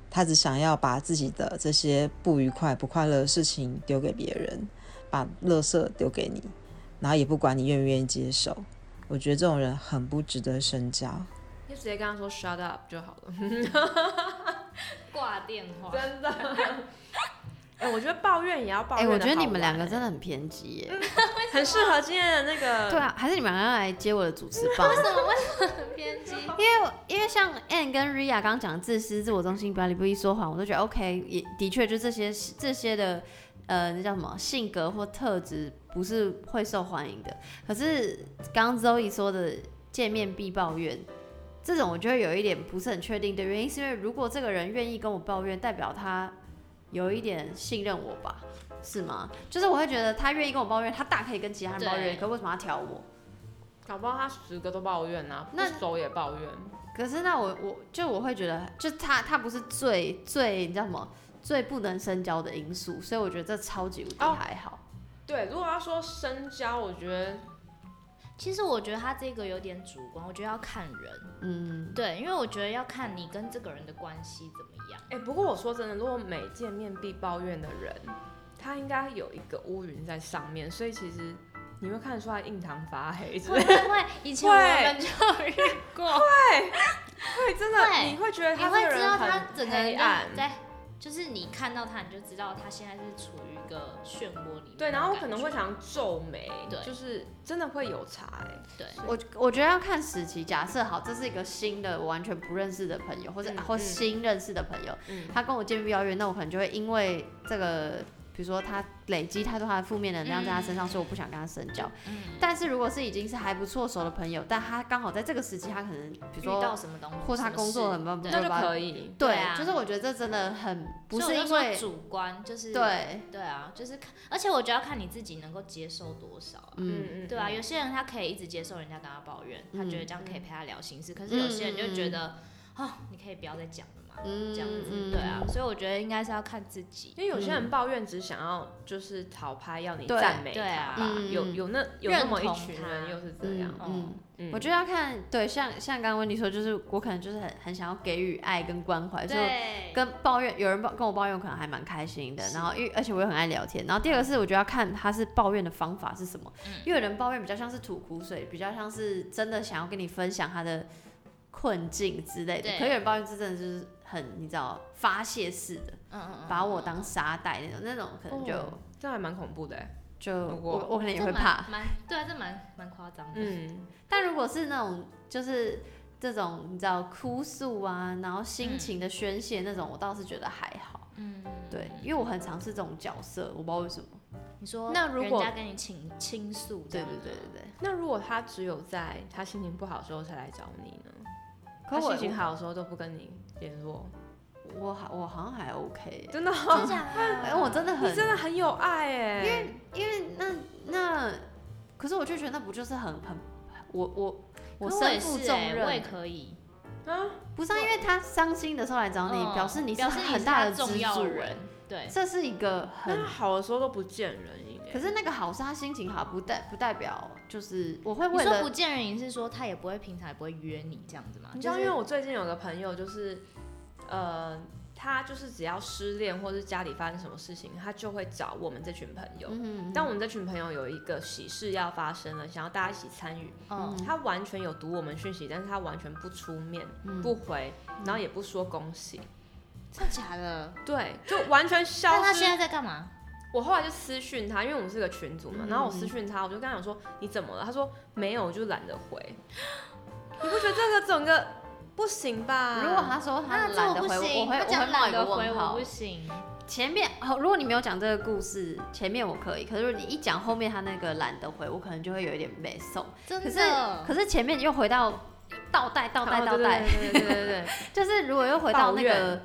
S6: 他只想要把自己的这些不愉快、不快乐的事情丢给别人，把垃圾丢给你，然后也不管你愿不愿意接受。我觉得这种人很不值得深交。
S2: 就直接跟他说 shut up 就好了。
S3: 挂电话，
S2: 真的。哎、我觉得嗯抱怨也要抱
S1: 哎、
S2: 怨、
S1: 我觉得你们两个真的很偏激耶。
S2: 很适合今天的那个。
S1: 对啊，还是你们两个来接我的主持棒？
S3: 很偏激。
S1: 因为因为像 Anne 跟 Ria 刚刚讲自私、自我中心、表里不一、说谎，我都觉得 OK，也的确就这些这些的呃，那叫什么性格或特质不是会受欢迎的。可是刚刚 Zoe 说的见面必抱怨。这种我就会有一点不是很确定的原因，是因为如果这个人愿意跟我抱怨，代表他有一点信任我吧，是吗？就是我会觉得他愿意跟我抱怨，他大可以跟其他人抱
S3: 对
S1: 怨，可为什么要挑我？
S2: 搞不好他十个都抱怨啊，
S1: 那
S2: 不熟也抱怨。
S1: 可是那我我就我会觉得，就他他不是最最你知道什么最不能深交的因素，所以我觉得这超级无敌
S2: 哦
S1: 还好。
S2: 对，如果要说深交，我觉得
S3: 其实我觉得他这个有点主观，我觉得要看人，
S1: 嗯，
S3: 对，因为我觉得要看你跟这个人的关系怎 么样。
S2: 哎、不过我说真的，如果每见面必抱怨的人，他应该有一个乌云在上面，所以其实你会看得出来印堂发黑之
S3: 会
S2: 类的。
S3: 会会，以前我们就有遇过，
S2: 对， 真的，
S3: 会
S2: 你会觉得
S3: 你
S2: 他这
S3: 会
S2: 个
S3: 知道
S2: 人
S3: 他
S2: 很
S3: 整个
S2: 黑
S3: 人
S2: 暗。
S3: 就在，就是你看到他，你就知道他现在是处于一个漩涡里面的感觉。
S2: 对，然后我可能会想皱眉，
S3: 对
S2: 就是真的会有差哎、
S3: 对，
S1: 我我觉得要看时期。假设好，这是一个新的我完全不认识的朋友，或者、
S2: 嗯
S1: 或
S2: 嗯
S1: 新认识的朋友，
S2: 嗯，
S1: 他跟我见面比较远，那我可能就会因为这个，比如说他累积太多他的负面能量在他身上，所以我不想跟他深交。
S3: 嗯，
S1: 但是如果是已经是还不错熟的朋友，但他刚好在这个时期，他可能比如
S3: 遇到
S1: 说
S3: 什么东西，
S1: 或他工作
S3: 什
S1: 很
S3: 么
S1: 忙，没
S3: 对
S2: 那
S1: 有
S2: 就
S1: 办法
S2: 可以。
S1: 对
S3: 对啊
S1: 就是我觉得这真的很不
S3: 所
S1: 是
S3: 以我
S1: 因
S3: 就说
S1: 为
S3: 主观，就是，
S1: 对，
S3: 对啊，就是看，而且我觉得要看你自己能够接受多少啊。
S1: 嗯，嗯
S2: 嗯
S3: 对啊，有些人他可以一直接受人家跟他抱怨，他觉得这样可以陪他聊心事。可是有些人就觉得，哦，你可以不要再讲了嘛，
S1: 嗯
S3: 这样子。对啊，所以我觉得应该是要看自己。
S2: 因为有些人抱怨只想要就是讨拍，要你
S1: 对
S2: 赞美
S3: 嗯对啊
S2: 他吧，
S1: 嗯
S2: 有有那有那么
S3: 认
S2: 一
S3: 同
S2: 群
S3: 他
S2: 人又是这样，
S3: 哦
S1: 嗯
S2: 嗯
S1: 我觉得要看对，像像刚刚温妮说，就是我可能就是很很想要给予爱跟关怀，所以我
S3: 对，
S1: 跟抱怨有人抱跟我抱怨，我可能还蛮开心的。然后因为而且我也很爱聊天。然后第二个是我觉得要看他是抱怨的方法是什么，
S3: 嗯
S1: 因为有人抱怨比较像是吐苦水，比较像是真的想要跟你分享他的困境之类的
S3: 对。
S1: 可有人抱怨是真的就是很你知道发泄式的，
S3: 嗯嗯嗯，
S1: 把我当沙袋那种，那种可能就、
S2: 哦这样还蛮恐怖的欸，
S1: 就
S2: 如果
S1: 我我可能也
S3: 这
S1: 会
S3: 蛮
S1: 怕。
S3: 蛮对啊，这蛮蛮夸张的。
S2: 嗯，
S1: 但如果是那种就是这种你知道哭诉啊，然后心情的宣泄那种，我倒是觉得还好。
S3: 嗯，
S1: 对，因为我很尝试这种角色，我不知道为什么。
S3: 你说
S2: 那如果
S3: 人家跟你倾倾诉这
S1: 对
S2: 啊
S3: 样
S1: 对
S3: 吗，
S1: 对对对。
S2: 那如果他只有在他心情不好的时候才来找你呢？
S1: 可
S2: 他
S1: 我
S2: 心情好的时候都不跟你联络，
S1: 我好我好像还 OK，
S2: 真的哦，
S3: 真假的？
S1: 哎、我真的很
S2: 你真的很有爱哎，因为
S1: 因为那那，可是我就觉得那不就是很很我我我
S3: 可
S1: 身
S3: 也
S1: 负
S3: 是
S1: 重
S3: 欸
S1: 任，
S3: 我也可以。
S1: 不是、啊、因为他伤心的时候来找你，
S3: 嗯
S1: 表示你是
S3: 表示你
S1: 很
S3: 是
S1: 大
S3: 他
S1: 的
S3: 重
S1: 支
S3: 要
S1: 柱欸
S3: 的
S1: 人
S3: 人，，对，
S1: 这是一个很
S2: 他好的时候都不见人影哎，
S1: 可是那个好是他心情好，不代不代表就是我会
S3: 你
S1: 为
S3: 说不
S1: 了
S3: 见人影是说他也不会平常也不会约你这样子吗？
S2: 你知
S3: 就
S2: 道，
S3: 是
S2: 因为我最近有个朋友，就是呃，他就是只要失恋或是家里发生什么事情，他就会找我们这群朋友。
S1: 嗯
S2: 但我们这群朋友有一个喜事要发生了，想要大家一起参与，
S3: 嗯
S2: 他完全有读我们讯息，但是他完全不出面、
S1: 嗯
S2: 不回，然后也不说恭喜，
S3: 真的假的？
S2: 对，就完全消失。
S3: 那他现在在干嘛？
S2: 我后来就私讯他，因为我们是个群组嘛，然后我私讯他，我就跟他讲说你怎么了？他说没有，我就懒得回。你不觉得这个整个不行吧？
S1: 如果他说他
S3: 啊，这
S1: 懒
S3: 我
S1: 得
S3: 不
S1: 回，我
S3: 行，
S1: 会
S3: 他
S1: 我
S3: 讲
S1: 会冒
S3: 懒
S1: 一个
S3: 得回
S1: 问
S3: 我
S1: 号
S3: 不。行。
S1: 前面好，如果你没有讲这个故事，前面我可以，可是如果你一讲后面他那个懒得回，我可能就会有一点没送。
S3: 真
S1: 可是
S3: 的，
S1: 可是前面又回到倒带倒带
S2: 哦
S1: 倒带，
S2: 对对对对对对对，
S1: 就是如果又回到那
S2: 抱
S1: 个
S2: 怨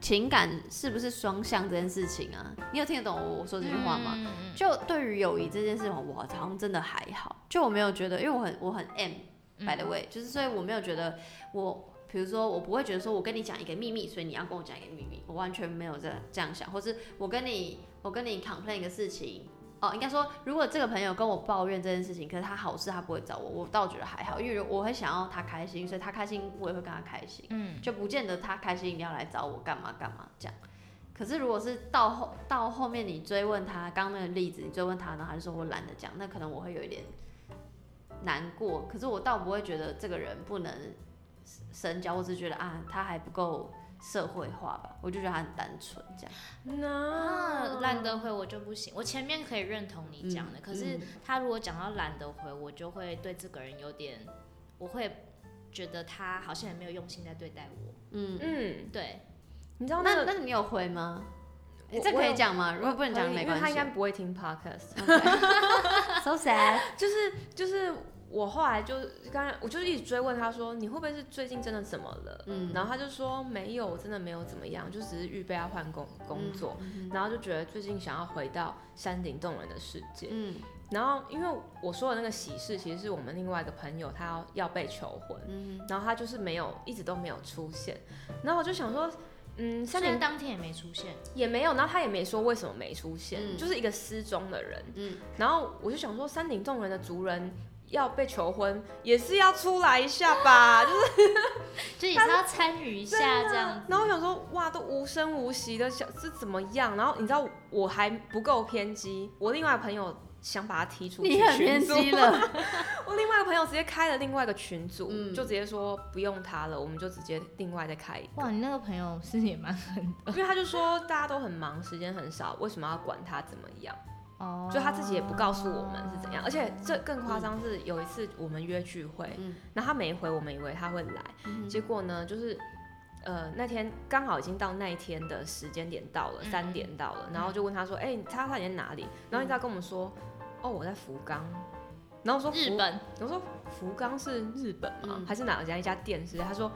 S1: 情感是不是双向这件事情啊，你有听得懂我我说这句话吗？
S3: 嗯
S1: 就对于友谊这件事情，我好像真的还好，就我没有觉得，因为我很我很 M
S3: 嗯
S1: by the way，、就是所以我没有觉得我，比如说我不会觉得说我跟你讲一个秘密，所以你要跟我讲一个秘密，我完全没有这这样想，或是我跟你我跟你 complain 一个事情。哦，应该说，如果这个朋友跟我抱怨这件事情，可是他好事他不会找我，我倒觉得还好，因为我很想要他开心，所以他开心我也会跟他开心。
S3: 嗯，
S1: 就不见得他开心一定要来找我干嘛干嘛这样。可是如果是到后到后面你追问他，刚刚那个例子你追问他，然后他就说我懒得讲，那可能我会有一点难过。可是我倒不会觉得这个人不能深交，我只是觉得啊他还不够社会化吧，我就觉得他很单纯这样。
S2: 那
S3: 啊，懒得回我就不行。我前面可以认同你讲
S1: 嗯
S3: 的，可是他如果讲到懒得回，我就会对这个人有点，我会觉得他好像也没有用心在对待我。
S1: 嗯，
S2: 嗯，
S3: 对，
S2: 你知道那
S1: 那
S2: 个
S1: 那你有回吗？
S2: 我
S1: 这
S2: 我
S1: 可以
S2: 有
S1: 讲吗？如果不能讲
S2: 可以
S1: 没
S2: 因为
S1: 关
S2: 他
S1: 系
S2: 应。该不会听 podcast。
S1: OK So sad。
S2: 就是就是我后来就刚才我就一直追问他说，你会不会是最近真的怎么了？
S1: 嗯
S2: 然后他就说没有，真的没有怎么样，就只是预备要换工工作，
S1: 嗯
S2: 然后就觉得最近想要回到山顶洞人的世界。
S1: 嗯
S2: 然后因为我说的那个喜事，其实是我们另外一个朋友他要要被求婚，
S1: 嗯
S2: 然后他就是没有一直都没有出现，然后我就想说。嗯，
S3: 虽
S2: 山
S3: 然
S2: 顶
S3: 当天也没出现，
S2: 也没有，然后他也没说为什么没出现，
S1: 嗯
S2: 就是一个失踪的人。
S1: 嗯，
S2: 然后我就想说，山顶洞人的族人要被求婚，也是要出来一下
S1: 啊
S2: 吧，就是
S3: 就也是要参与一下这样子。
S2: 然后我想说，哇，都无声无息的，想是怎么样？然后你知道我还不够偏激，我另外朋友想把他踢出去，
S1: 你很偏激。了。
S2: 我另外一个朋友直接开了另外一个群组，
S1: 嗯
S2: 就直接说不用他了，我们就直接另外再开一个。
S3: 哇，你那个朋友是也蛮狠
S2: 因为他就说大家都很忙，时间很少，为什么要管他怎么样？
S3: 哦
S2: 就他自己也不告诉我们是怎样，而且这更夸张是有一次我们约聚会，
S1: 嗯
S2: 然后他没回，我们以为他会来，
S3: 嗯
S2: 结果呢就是。呃，那天刚好已经到那一天的时间点到了，
S3: 嗯
S2: 三点到了，然后就问他说：“哎、他他在哪里？”然后他跟我们说：“哦，我在福冈。”然后我说：“
S3: 日本，
S2: 福。”我说：“福冈是日本吗？
S1: 嗯
S2: 还是哪家一家店是？”他说：“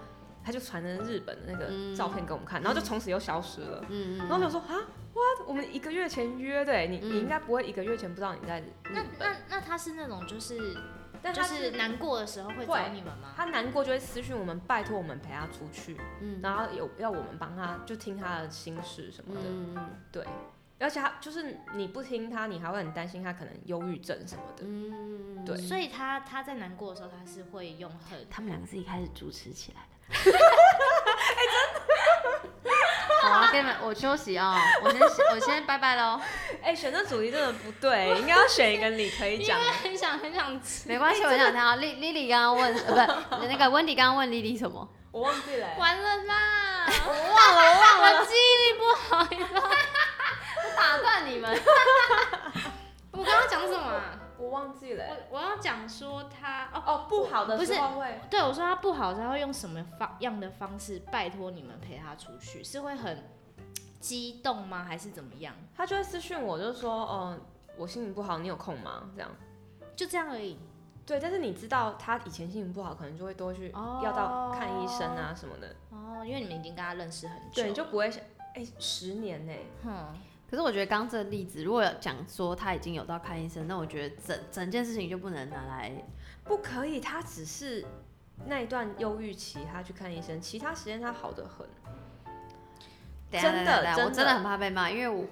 S2: 他就传了日本的那
S1: 嗯
S2: 个照片给我们看，然后就从此又消失了。”
S1: 嗯
S2: 然后我想说啊，what？我们一个月前约的欸，你、
S1: 嗯
S2: 你应该不会一个月前不知道你在日
S3: 那
S2: 本，
S3: 那那他是那种就是
S2: 但
S3: 就
S2: 他
S3: 是难过的时候会找
S2: 会
S3: 你们吗？
S2: 他难过就会私讯我们，拜托我们陪他出去，
S1: 嗯
S2: 然后有要我们帮他就听他的心事什么的，
S1: 嗯嗯。
S2: 对。而且他就是你不听他，你还会很担心他可能忧郁症什么的。
S1: 嗯，
S2: 对
S3: 所以他他在难过的时候，他是会用很
S1: 他们两个自己开始主持起来了。 哎好啊，跟你们，我休息啊、我先我先拜拜喽。
S2: 哎、选这主题真的不对，应该要选一个你可以讲的。
S3: 很想很想吃
S1: 没关系，我想听啊。丽丽丽刚刚问，呃，不，那个温迪刚刚问丽丽什么？
S2: 我忘记了欸、
S3: 完了啦！
S1: 忘了，我忘了，
S3: 我记忆力不好，你知道
S1: 打断你们。
S3: 我刚刚讲什么啊？
S2: 我忘记了欸、
S3: 我我要讲说他哦，
S2: 哦，不好的
S3: 不是
S2: 时候会，
S3: 对我说他不好，他会用什么方样的方式拜托你们陪他出去？是会很激动吗？还是怎么样？
S2: 他就会私讯我，就说，嗯、我心情不好，你有空吗？这样。
S3: 就这样而已。
S2: 对，但是你知道他以前心情不好，可能就会多去
S3: 哦
S2: 要到看医生啊什么的，
S3: 哦，因为你们已经跟他认识很久，
S2: 对，你就不会想，哎、十年呢、
S3: 哼，
S1: 可是我觉得刚刚这个例子，如果讲说他已经有到看医生，那我觉得整整件事情就不能拿来。
S2: 不可以，他只是那一段忧郁期，他去看医生，其他时间他好的很。
S1: 等一下
S2: 真的
S1: 等一下等一下
S2: 真的
S1: 我真的很怕被骂，因为我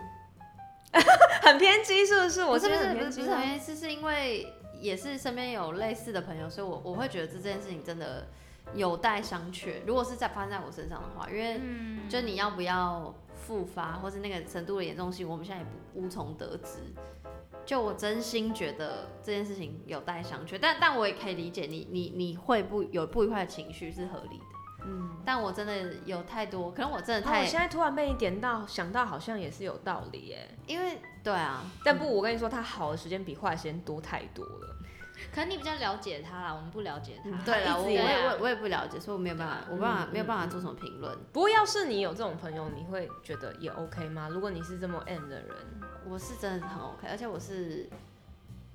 S2: 很偏激是不是？我
S1: 不是不
S2: 今天
S1: 是
S2: 很
S1: 不是
S2: 偏
S1: 不
S2: 激啊
S1: 是
S2: 吗
S1: 很愿意吃，是因为也是身边有类似的朋友，所以我我会觉得这件事情真的有待商榷。如果是在发生在我身上的话，因为
S3: 嗯
S1: 就你要不要复发，或是那个程度的严重性，我们现在也不无从得知。就我真心觉得这件事情有待商榷，但但我也可以理解你你你会不有不愉快的情绪是合理的，
S2: 嗯。
S1: 但我真的有太多，可能我真的
S2: 啊！
S1: 太、
S2: 我现在突然被你点到，想到好像也是有道理耶。
S1: 因为对啊，
S2: 但不，我跟你说，他好的时间比坏的时间多太多了。
S3: 可能你比较了解他啦，我们不了解他。
S1: 嗯对了，
S2: 一
S1: 我
S2: 直
S1: 我
S2: 以
S1: 也
S2: 来
S1: 我也我也不了解，所以我没有办法，我没有办法
S2: 嗯
S1: 没有办法
S2: 嗯
S1: 做什么评论。
S2: 不过，要是你有这种朋友，你会觉得也 OK 吗？如果你是这么 M 的人，
S1: 我是真的很 OK，而且我是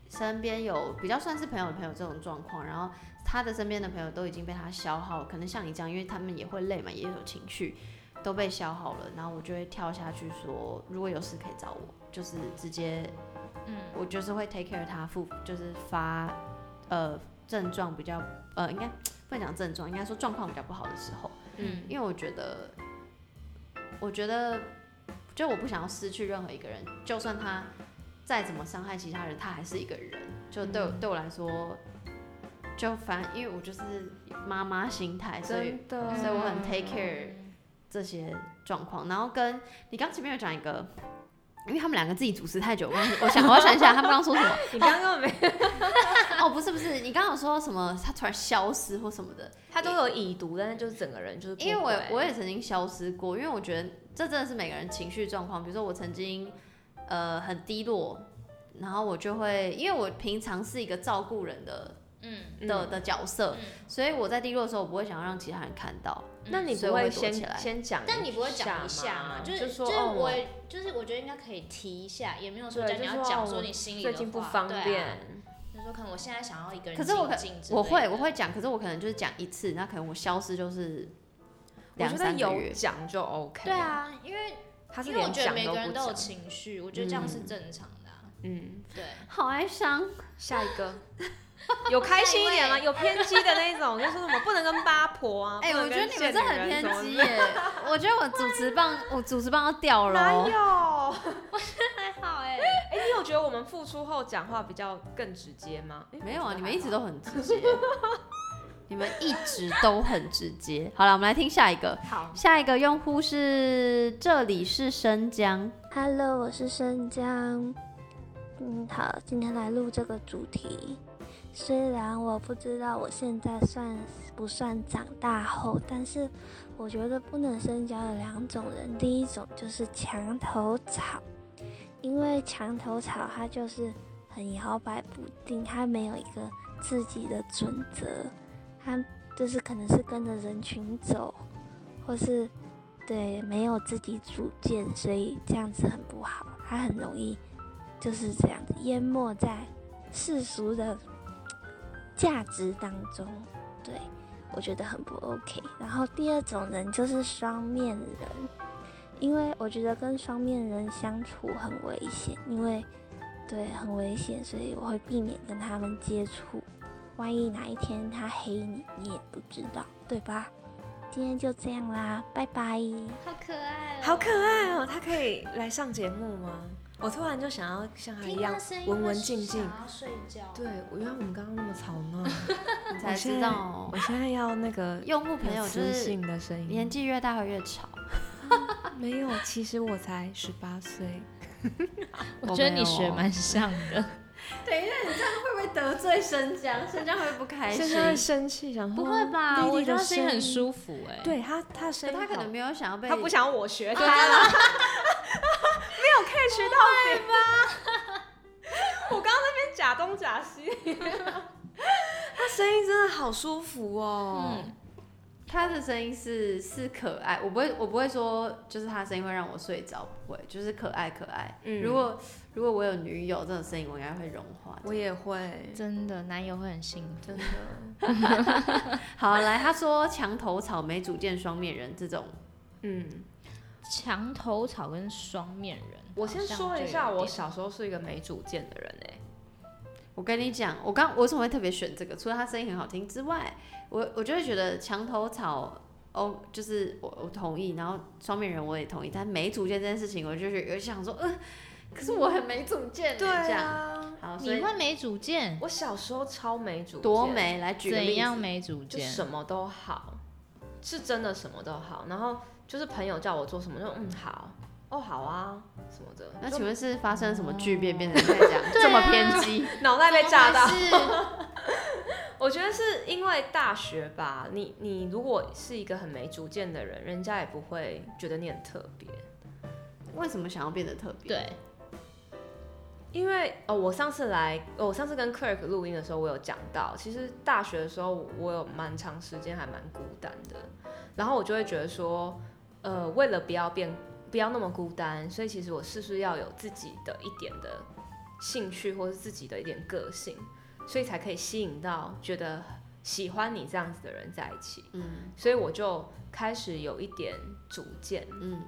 S1: 身边有比较算是朋友的朋友这种状况，然后他的身边的朋友都已经被他消耗，可能像你这样，因为他们也会累嘛，也有情绪，都被消耗了，然后我就会跳下去说，如果有事可以找我，就是直接，嗯，我就是会 take care 他付，就是发呃症状比较呃应该不能讲症状，应该说状况比较不好的时候，
S3: 嗯，
S1: 因为我觉得，我觉得就我不想要失去任何一个人，就算他再怎么伤害其他人，他还是一个人，就对我、对我来说。就反正因为我就是妈妈心态，所以
S2: 真的，
S1: 所以我很 take care 这些状况。然后跟你刚前面有讲一个，因为他们两个自己主持太久，我刚我想我要想一下他们刚刚说什么。
S2: 你刚刚没，
S1: 哦，不是不是，你刚刚有说什么？他突然消失或什么的？
S2: 他都有已读，但是就是整个人就是不会，
S1: 因为我我也曾经消失过，因为我觉得这真的是每个人情绪状况。比如说我曾经呃很低落，然后我就会因为我平常是一个照顾人的
S3: 嗯，
S1: 的的角色，
S3: 嗯
S1: 所以我在低落的时候我不会想让其他人看到。
S2: 那你
S1: 所以
S2: 不
S1: 我会
S2: 会
S1: 躲
S2: 先
S1: 起来
S2: 先讲吗，
S3: 但你不会讲一下嘛？
S2: 就是说
S3: 就是
S2: 哦
S3: 我也就是我觉得应该可以提一下，也没有说
S2: 对
S3: 叫你
S2: 就
S3: 要
S2: 说
S3: 讲
S2: 哦
S3: 说
S2: 我
S3: 你心里的
S2: 最
S3: 话，
S2: 近不方
S3: 对
S2: 便
S3: 啊，，就说可能我现在想要一个人
S1: 可
S3: 静
S1: 是我可
S3: 静之类的，
S1: 我会我会讲，可是我可能就是讲一次，那可能我消失就是
S2: 我
S1: 两
S2: 觉得
S1: 三个
S2: 有
S1: 月。
S2: 讲就 OK。
S3: 对，啊，因为
S2: 他是
S3: 因为我
S2: 连
S3: 觉得
S2: 讲
S3: 每
S2: 都
S3: 个人
S2: 不
S3: 都有
S2: 讲。
S3: 情绪，我觉得这样是正常的啊、
S2: 嗯，
S3: 对，
S1: 好哀伤，
S2: 下一 个有开心一点吗？有偏激的那一种，就说什么不能跟八婆啊，
S1: 哎、
S2: 不能
S1: 我觉得
S2: 跟
S1: 你们
S2: 贱
S1: 这
S2: 女
S1: 很
S2: 人什
S1: 偏
S2: 么
S1: 激
S2: 之类
S1: 耶！ 我觉得我主持棒，我主持棒要掉了
S2: 哪
S1: 哦。
S2: 有？
S3: 还好哎、
S2: 哎，你有觉得我们付出后讲话比较更直接吗？哎
S1: 没有
S2: 我
S1: 啊，
S2: 觉得
S1: 你
S2: 还
S1: 们一直
S2: 好
S1: 都很直 接，你们一直都很直接。好了，我们来听下一个，
S3: 好，
S1: 下一个用户是这里是生姜，
S7: Hello，我是生姜。嗯，好，今天来录这个主题。虽然我不知道我现在算不算长大后，但是我觉得不能深交有两种人，第一种就是墙头草，因为墙头草它就是很摇摆不定，它没有一个自己的准则，它就是可能是跟着人群走，或是对，没有自己主见，所以这样子很不好。他很容易就是这样子淹没在世俗的价值当中，对我觉得很不 OK。然后第二种人就是双面人，因为我觉得跟双面人相处很危险，因为对很危险，所以我会避免跟他们接触。万一哪一天他黑你，你也不知道，对吧？今天就这样啦，拜拜。
S3: 好可爱、哦，
S2: 好可爱哦，他可以来上节目吗？我突然就想要像他一
S3: 听
S2: 样
S3: 到声音
S2: 文
S3: 会
S2: 文静静。
S3: 想要睡觉，
S2: 对，我原来我们刚刚那么吵闹，
S1: 你
S2: 我
S1: 才
S2: 现
S1: 知
S2: 在
S1: 道哦
S2: 我。现在要那个
S1: 用户朋
S2: 有
S1: 友就是
S2: 磁性的声音。啊
S1: 年纪越大会越吵，
S2: 没有，其实我才十八岁。
S3: 我觉得你学蛮像的。
S1: 会不会得罪生姜？生姜会不开
S2: 现在会生气，想说
S3: 不会吧？
S2: 弟
S3: 我
S2: 弟
S3: 觉
S2: 的
S3: 得声音
S2: 声
S3: 很
S2: 音
S3: 舒服哎、
S2: 对他，他的声音
S1: 他可能没有想要被
S2: 有他不想我学他
S1: 了。
S2: catch 到点吧？我刚刚那边假东假西， 他声音真的好舒服哦。
S3: 嗯，
S1: 他的声音是是可爱，我不会我不会说就是他的声音会让我睡着，不会，就是可爱可爱。
S2: 嗯
S1: 如果如果我有女友，这种声音我应该会融化。
S2: 我也会，
S3: 真的男友会很幸福。
S2: 真的，
S1: 好，来，他说墙头草、没主见、双面人这种，
S2: 嗯。
S3: 墙头草跟双面人，
S2: 我先
S3: 好像
S2: 说一
S3: 就
S2: 下，
S3: 有
S2: 我
S3: 点
S2: 小时候是一个没主见的人哎、
S1: 我跟你讲，我刚我为什么会特别选这个？除了他声音很好听之外，我我就会觉得墙头草哦，就是我我同意，然后双面人我也同意，但没主见这件事情，我就觉得有想说，
S3: 呃
S1: 嗯、可是我很没主
S3: 欸
S1: 见，这样。
S2: 啊，
S1: 好，所
S3: 你
S1: 以
S3: 会没主见，
S2: 我小时候超没主见，
S1: 多没来举个例
S3: 怎
S1: 子
S3: 样没主
S2: 就
S3: 见？
S2: 什么都好，是真的什么都好。然后就是朋友叫我做什么，就嗯好，哦好啊什么的。
S1: 那
S2: 就
S1: 请问是发生了什么巨变，变成现在这样这么偏激？
S2: 脑袋被炸到？
S3: 啊是
S2: 我觉得是因为大学吧，你你如果是一个很没主见的人，人家也不会觉得你很特别。
S1: 为什么想要变得特别？，
S3: 对，
S2: 因为哦，我上次来，哦我上次跟 Kirk 录音的时候，我有讲到，其实大学的时候，我有蛮长时间还蛮孤单的，然后我就会觉得说，呃，为了不要变，不要那么孤单，所以其实我是不是要有自己的一点的兴趣，或是自己的一点个性，所以才可以吸引到觉得喜欢你这样子的人在一起，
S1: 嗯
S2: 所以我就开始有一点主见，
S1: 嗯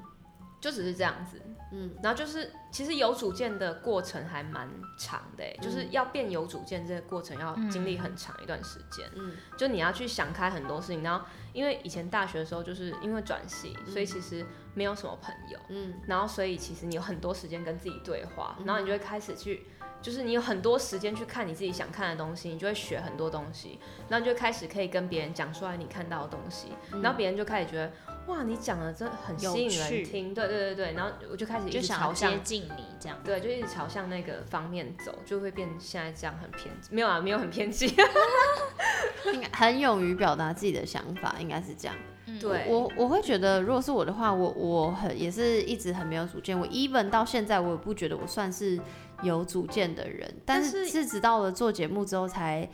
S2: 就只是这样子。
S1: 嗯
S2: 然后就是其实有主见的过程还蛮长的欸、就是要变有主见这个过程要经历很长一段时间。
S1: 嗯
S2: 就你要去想开很多事情，然后因为以前大学的时候，就是因为转系，所以其实没有什么朋友，
S1: 嗯
S2: 然后所以其实你有很多时间跟自己对话，
S1: 嗯
S2: 然后你就会开始去，就是你有很多时间去看你自己想看的东西，你就会学很多东西，然后你就开始可以跟别人讲出来你看到的东西，然后别人就开始觉得哇，你讲的真的很吸引
S3: 有趣
S2: 人听，对对对对，然后我就开始一
S3: 就
S2: 直
S3: 想要
S2: 朝向
S3: 接近你这样。嗯
S2: 对，就一直朝向那个方面走，就会变现在这样很偏激，没有啊，没有很偏激，
S1: 应该很勇于表达自己的想法，应该是这样。
S2: 对，
S1: 我我会觉得，如果是我的话，我我很也是一直很没有主见。我 even 到现在，我也不觉得我算是有主见的人，但
S2: 但
S1: 是
S2: 是
S1: 是直到了做节目之后才。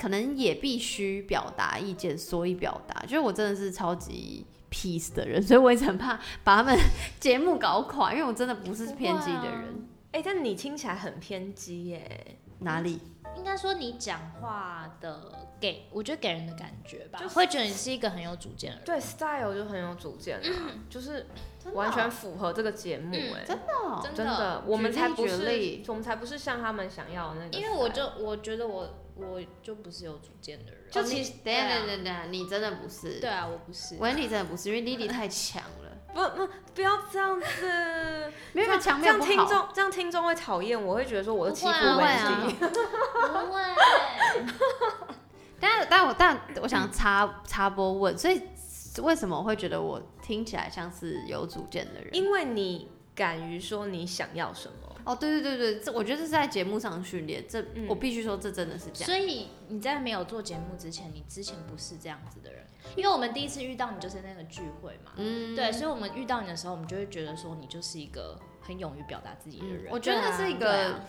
S1: 可能也必须表达意见，所以表达。就是我真的是超级 peace 的人， 所以我一直很怕把他们 节目搞垮，因为我真的不啊是偏激的人。
S2: 哎、但你听起来很偏激耶，
S1: 哪里？
S3: 应该说你讲话的给，我觉得给人的感觉吧，
S2: 就是
S3: 会觉得你是一个很有主见的人。
S2: 对，style 就很有主见啊，就是完全符合这个节目哎、
S1: 真的哦、
S3: 真的
S2: 真的，我们才不
S1: 举例
S2: 是，我们才不是像他们想要的那个 style，
S3: 因为我就我觉得我我就不是有主见的人，
S1: 就
S2: 哦你
S1: 其实，等一下，
S3: 对啊
S1: 等一下等一下，你真的不是。
S3: 对，啊，我不是。
S1: 文理真的不是，因为 Lily 太强了。
S2: 不不不要这 样子，
S1: 没有没有强
S2: 这
S1: 没有
S2: 样
S1: 不
S2: 听
S1: 好。
S2: 众这样听众会讨厌我，会觉得说我在欺负
S3: 不
S1: 不会
S3: 会啊
S2: 文
S1: 啊
S2: 静，
S3: 不会，
S1: 但但我但我想插插播问，所以为什么我会觉得我听起来像是有主见的人？
S2: 因为你敢于说你想要什么。
S1: 哦，对对对对，这我觉得这是在节目上训练，这、
S2: 嗯
S1: 我必须说这真的是 这样。
S3: 所以你在没有做节目之前，你之前不是这样子的人，因为我们第一次遇到你就是那个聚会嘛，
S1: 嗯
S3: 对，所以我们遇到你的时候，我们就会觉得说你就是一个很勇于表达自己的人。
S1: 嗯我觉得
S2: 对
S1: 那
S2: 啊
S1: 是一
S3: 对
S1: 个
S3: 啊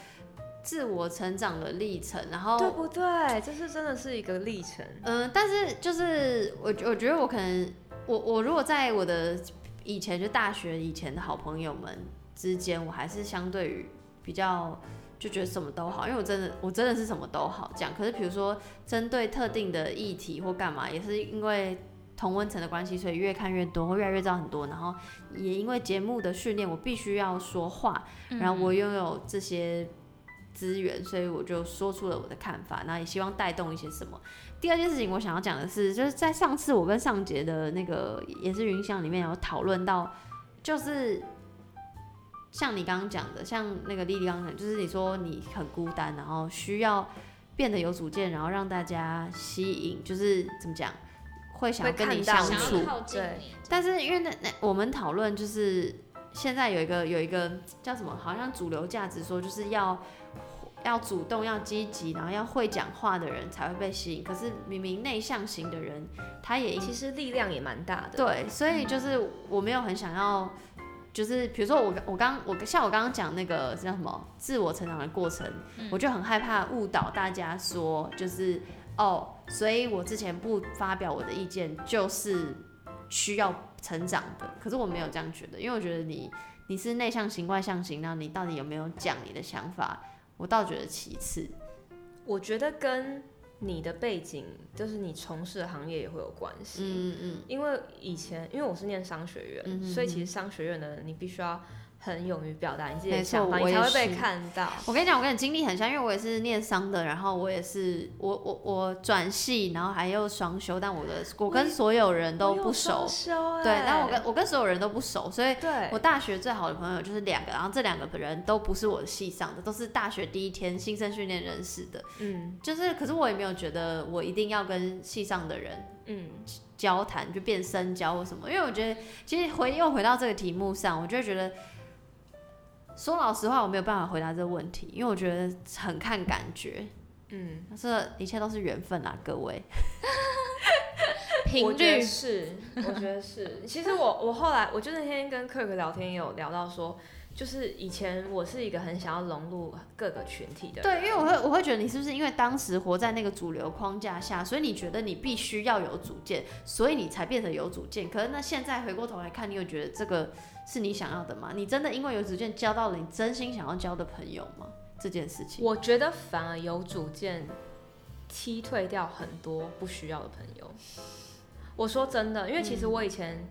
S1: 自我成长的历程，然
S2: 对
S1: 后
S2: 不对？这是真的是一个历程，
S1: 嗯、呃但是就是我我觉得我可能我我如果在我的以前就大学以前的好朋友们之间，我还是相对于比较就觉得什么都好，因为我真的我真的是什么都好这样。可是比如说针对特定的议题或干嘛，也是因为同温层的关系，所以越看越多，会越来越知道很多。然后也因为节目的训练，我必须要说话，
S3: 嗯
S1: 然后我拥有这些。资源，所以我就说出了我的看法，然后也希望带动一些什么。第二件事情，我想要讲的是，就是在上次我跟尚杰的那个也是云想里面有讨论到，就是像你刚刚讲的，像那个丽丽刚刚讲，就是你说你很孤单，然后需要变得有主见，然后让大家吸引，就是怎么讲，会嗯想要跟你
S2: 会看
S1: 相
S2: 到
S3: 想
S1: 处
S3: 要。靠近你，
S1: 但是因为那那我们讨论就是现在有一个有一个叫什么，好像主流价值说就是要要主动、要积极，然后要会讲话的人才会被吸引。可是明明内向型的人，他也应
S2: 其实力量也蛮大的。
S1: 对，所以就是我没有很想要，就是比如说我我刚我像我刚刚讲那个叫什么自我成长的过程，我就很害怕误导大家说就是哦，所以我之前不发表我的意见就是需要成长的，可是我没有这样觉得，因为我觉得你你是内向型外向型，那你到底有没有讲你的想法，我倒觉得其次。
S2: 我觉得跟你的背景，就是你从事的行业也会有关系。
S1: 嗯嗯
S2: 因为以前因为我是念商学院，
S1: 嗯哼
S2: 所以其实商学院的人你必须要很勇于表达你自己
S1: 没
S2: 的
S1: 错
S2: 想法，
S1: 我
S2: 你
S1: 也
S2: 才会被
S1: 是
S2: 看到。
S1: 我跟你讲，我跟你经历很像，因为我也是念商的，然后我也是我我我转系，然后还有双修，但我的我跟所有人都不熟，对，但我跟我跟所有人都不熟，所以
S2: 哎对
S1: 我大学最好的朋友就是两个，然后这两个人都不是我的系上的，都是大学第一天新生训练认识的，
S2: 嗯
S1: 就是可是我也没有觉得我一定要跟系上的人
S2: 嗯，
S1: 交谈，就变深交或什么。因为我觉得，其实回又回到这个题目上，我就会觉得，说老实话，我没有办法回答这个问题，因为我觉得很看感觉，
S2: 嗯，
S1: 这一切都是缘分啊啦，各位。
S2: 我
S3: 频
S2: 觉得
S3: 率
S2: 是，我觉得是。其实我我后来，我就那天跟 Kirk 聊天，也有聊到说，就是以前我是一个很想要融入各个群体的人，
S1: 对，因为我会我会觉得你是不是因为当时活在那个主流框架下，所以你觉得你必须要有主见，所以你才变得有主见。可是那现在回过头来看，你有觉得这个是你想要的吗？你真的因为有主见交到了你真心想要交的朋友吗？这件事情，
S2: 我觉得反而有主见踢退掉很多不需要的朋友。我说真的，因为其
S1: 嗯
S2: 实我以前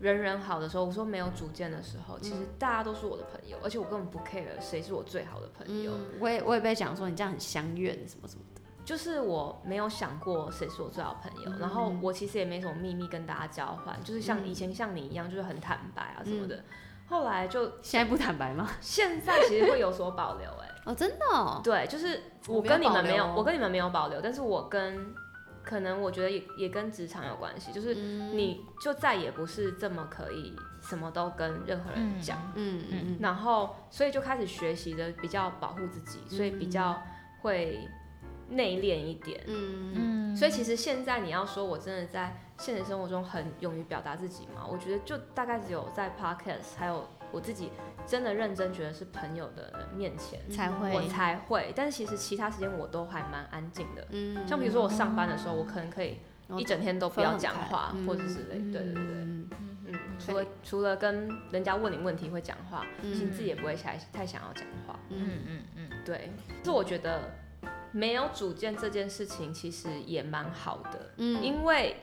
S2: 人人好的时候，我说没有主见的时候，其实
S1: 嗯
S2: 大家都是我的朋友，而且我根本不 care 谁是我最好的朋友，
S1: 嗯，我也我也被讲说你这样很相怨什么什么的，
S2: 就是我没有想过谁是我最好的朋友。
S1: 嗯
S2: 然后我其实也没什么秘密跟大家交换，就是像以前像你一样，就是很坦白啊什么的。
S1: 嗯
S2: 后来就
S1: 现在不坦白吗？
S2: 现在其实会有所保留、哎。
S1: 哦，真的、哦，
S2: 对，就是
S1: 我
S2: 我
S1: 没有
S2: 跟你
S1: 保
S2: 们没有，
S1: 留哦
S2: 我跟你们没有保留，但是我跟可能我觉得也也跟职场有关系，就是
S1: 嗯
S2: 你就再也不是这么可以什么都跟任何人讲，
S1: 嗯嗯嗯，
S2: 然后所以就开始学习的比较保护自己，所以比较会内敛一点。
S1: 嗯
S3: 嗯
S2: 所以其实现在你要说我真的在现实生活中很勇于表达自己嘛，我觉得就大概只有在 podcast 还有我自己真的认真觉得是朋友的人面前
S1: 才会
S2: 我才会，但是其实其他时间我都还蛮安静的。
S1: 嗯
S2: 像比如说我上班的时候，我可能可以一整天都不要讲话
S1: 嗯
S2: 或者之类，对对对对，
S1: 嗯
S2: 嗯，除了除了跟人家问你问题会讲话，
S1: 嗯
S2: 其实自己也不会太太想要讲话，
S1: 嗯
S3: 嗯嗯
S2: 对。就是我觉得没有主见这件事情其实也蛮好的，
S1: 嗯，
S2: 因为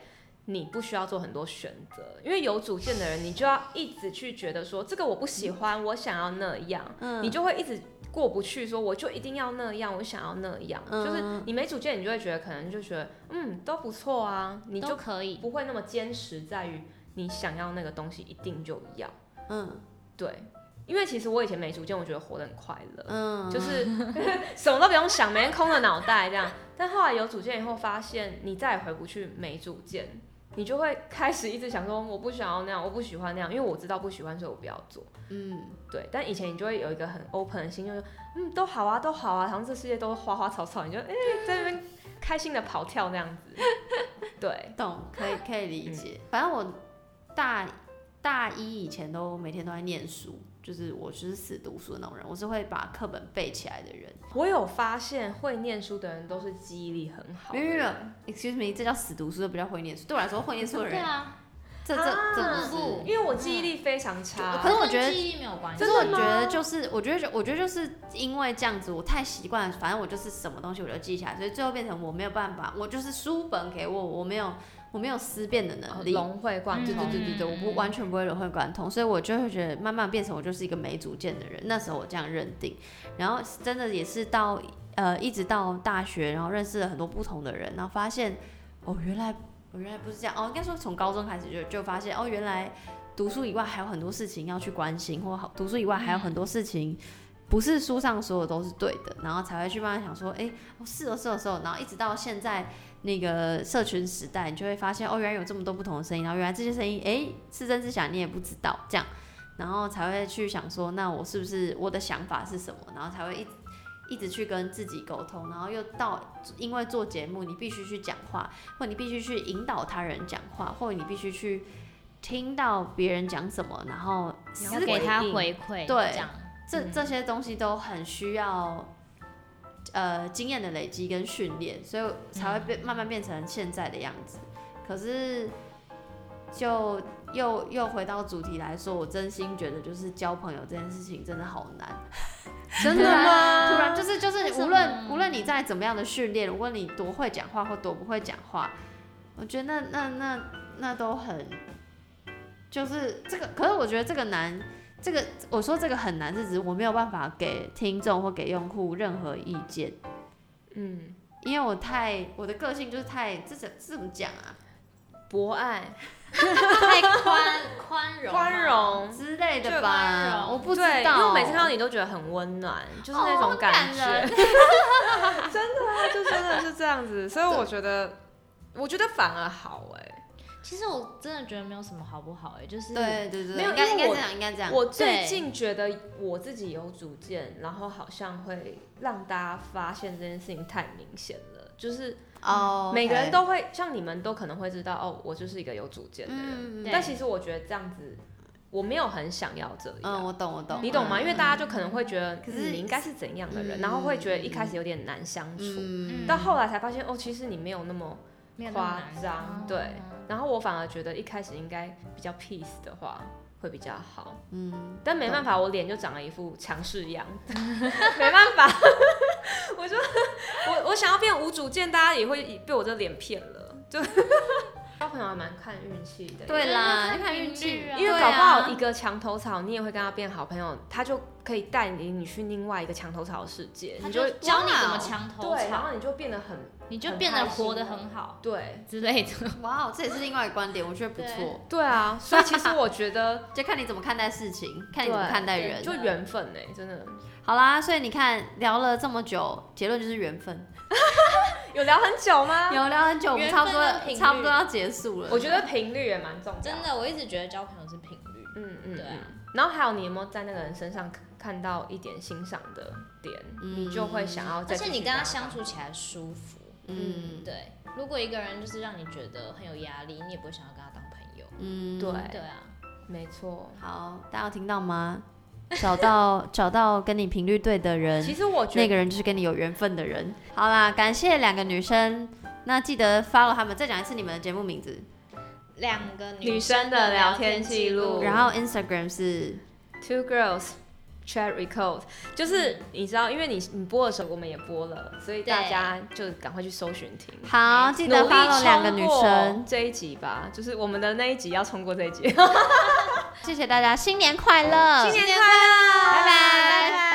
S2: 你不需要做很多选择，因为有主见的人，你就要一直去觉得说这个我不喜欢，我想要那样，
S1: 嗯
S2: 你就会一直过不去，说我就一定要那样，我想要那样，
S1: 嗯
S2: 就是你没主见，你就会觉得可能就觉得嗯都不错啊，你
S3: 嗯，
S2: 就
S3: 都可以，
S2: 不会那么坚持在于你想要那个东西一定就要，
S1: 嗯
S2: 对，因为其实我以前没主见，我觉得活得很快乐，
S1: 嗯，
S2: 就是 什么都不用想，每天空着脑袋这样。但后来有主见以后，发现你再也回不去没主见，你就会开始一直想说，我不想要那样，我不喜欢那样，因为我知道不喜欢，所以我不要做。
S1: 嗯
S2: 对，但以前你就会有一个很 open 的心，就是嗯，都好啊，都好啊，好像这世界都是花花草草，你就哎、在那边开心的跑跳那样子。 对，
S1: 懂，可以可以理解。嗯反正我大大一以前都每天都在念书，就是我就是死读书的那种人，我是会把课本背起来的人。
S2: 我有发现会念书的人都是记忆力很好的
S1: 没有没有
S2: 人。
S1: ，excuse me，这叫死读书，这不叫会念书。对我来说，会念书的
S3: 对
S1: 人，
S3: 啊，
S1: 这这这不是。
S2: 因为我记忆力非常差，
S1: 可是我
S3: 啊跟
S1: 觉得
S3: 记忆没有关系，
S1: 可是我觉得就是，我觉得我觉得就是因为这样子，我太习惯了，反正我就是什么东西我就记起来，所以最后变成我没有办法，我就是书本给我，我没有我没有思辨的能力。
S2: 融呃会贯
S1: 对
S2: 通。
S1: 嗯对对对对，我不完全不会融会贯通，所以我就会觉得慢慢变成我就是一个没主见的人。那时候我这样认定，然后真的也是到呃一直到大学，然后认识了很多不同的人，然后发现哦原来我原来不是这样哦，应该说从高中开始就就发现哦原来读书以外还有很多事情要去关心，或好读书以外还有很多事情。不是书上说的都是对的，然后才会去慢慢想说，哎、哦是哦是哦是哦，然后一直到现在那个社群时代，你就会发现哦，原来有这么多不同的声音，然后原来这些声音，哎，是真是假你也不知道，这样，然后才会去想说，那我是不是我的想法是什么，然后才会一直一直去跟自己沟通，然后又到因为做节目，你必须去讲话，或你必须去引导他人讲话，或你必须去听到别人讲什么，然后
S3: 你
S1: 思
S3: 要
S1: 维
S3: 给他回馈，
S1: 对
S3: 这样
S1: 这
S2: 嗯
S1: 这些东西都很需要呃经验的累积跟训练，所以才会变、慢慢变成现在的样子。可是就又又回到主题来说，我真心觉得就是交朋友这件事情真的好 难，真的吗？ 突然就是就是
S3: 为什么
S1: 无论无论你在怎么样的训练，无论你多会讲话或多不会讲话，我觉得那那那那都很。就是这个，可是我觉得这个难，这个我说这个很难，是指我没有办法给听众或给用户任何意见，
S2: 嗯，
S1: 因为我太我的个性就是太这怎这怎么讲啊
S2: 博爱、
S3: 太宽宽容，啊
S2: 宽，容，
S1: 之类的
S3: 就宽
S1: 吧，
S3: 容
S1: 我不知
S2: 对，因
S1: 道，
S2: 为我每次看到你都觉得很温暖，就是那种感
S3: 哦感
S2: 觉，真的啊，就真的是这 样子，所以我觉得，我觉得反而好哎。
S3: 其实我真的觉得没有什么好不好哎、就是
S1: 对对对，
S2: 没有
S1: 应该应
S2: 因
S1: 该
S2: 为我
S1: 这样，应该这样，
S2: 我最近觉得我自己有主见，然后好像会让大家发现这件事情太明显了，就是
S1: 哦，
S2: 每个人都会，像你们都可能会知道，哦，我就是一个有主见的人，
S1: 嗯嗯
S3: 对
S2: 但其实我觉得这样子，我没有很想要这
S1: 嗯，
S2: 样。
S1: 我懂我懂，
S2: 你懂吗？因为大家就可能会觉得，
S1: 可
S2: 可
S1: 是
S2: 是你应该是怎样的人，
S1: 嗯
S2: 然后会觉得一开始有点难相处，
S1: 嗯，
S2: 到后来才发现哦，其实你没有那么。
S3: 没有那么难
S2: 夸张
S3: 哦
S2: 对然后我反而觉得一开始应该比较 peace 的话会比较好，
S1: 嗯，
S2: 但没办法，我脸就长了一副强势样，没办法， 我就我我想要变无主见，大家也会被我这脸骗了。 就交朋友还蛮看运气的，
S1: 对啦，
S3: 对
S1: 要
S3: 啊
S1: 看运气
S3: 看频率，啊
S2: 因为
S1: 对
S2: 搞不好
S1: 啊
S2: 一个墙头草，你也会跟他变好朋友，他就可以带领你去另外一个墙头草的世界，
S3: 他
S2: 你
S3: 就
S2: 就
S3: 教你怎
S1: 哇
S3: 么
S1: 哦
S3: 墙头
S2: 对，然
S3: 草，
S2: 后你就变得很
S3: 你就
S2: 很
S3: 变得
S2: 开心
S3: 活得
S2: 了
S3: 很好
S2: 对
S3: 之类的。
S1: 哇哦，这也是另外一个观点，我觉得不错。
S2: 对啊，所以其实我 觉得
S1: 就看你怎么看待事情，看你怎么
S2: 对
S1: 看待人。
S2: 就缘分呢、真的
S1: 好啦，所以你看聊了这么久，结论就是缘分。
S2: 有聊很久吗？
S1: 有聊很久，我们
S3: 缘
S1: 差不
S3: 分跟频
S1: 多
S3: 率
S1: 差不多要结束了。
S2: 我觉得频率也蛮重要，
S3: 真。的，我一直觉得交朋友是频率。
S2: 嗯嗯，
S3: 对啊
S2: 嗯然后还有你有没有在那个人身上看看到一点欣赏的点，
S1: 嗯
S2: 你就会想要再
S3: 而
S2: 继
S3: 且
S2: 续
S3: 你跟他
S2: 发展
S3: 相处起来舒服，
S1: 嗯
S3: 对。如果一个人就是让你觉得很有压力，你也不会想要跟他当朋友。
S1: 嗯，
S2: 对
S3: 对啊，
S2: 没错。
S1: 好，大家有听到吗？找到找到跟你频率对的
S2: 其
S1: 人，
S2: 实我觉
S1: 那
S2: 得
S1: 个人就是跟你有缘分的人。好啦，感谢两个女生，那记得 follow 他们。再讲一次你们的节目名字，
S3: 两个
S2: 女生的聊天记录
S1: 然后 Instagram 是
S2: Two Girls Chat Record，就是你知道，因为你你播的时候我们也播了，所以
S3: 对
S2: 大家就赶快去搜寻听。
S1: 好，记得
S2: 努力
S1: follow 两个
S2: 冲
S1: 女
S2: 过
S1: 生。
S2: 这一集吧，就是我们的那一集要冲过这一集。
S1: 谢谢大家，新年快乐！
S2: 新年快乐，
S1: 拜拜
S2: 拜拜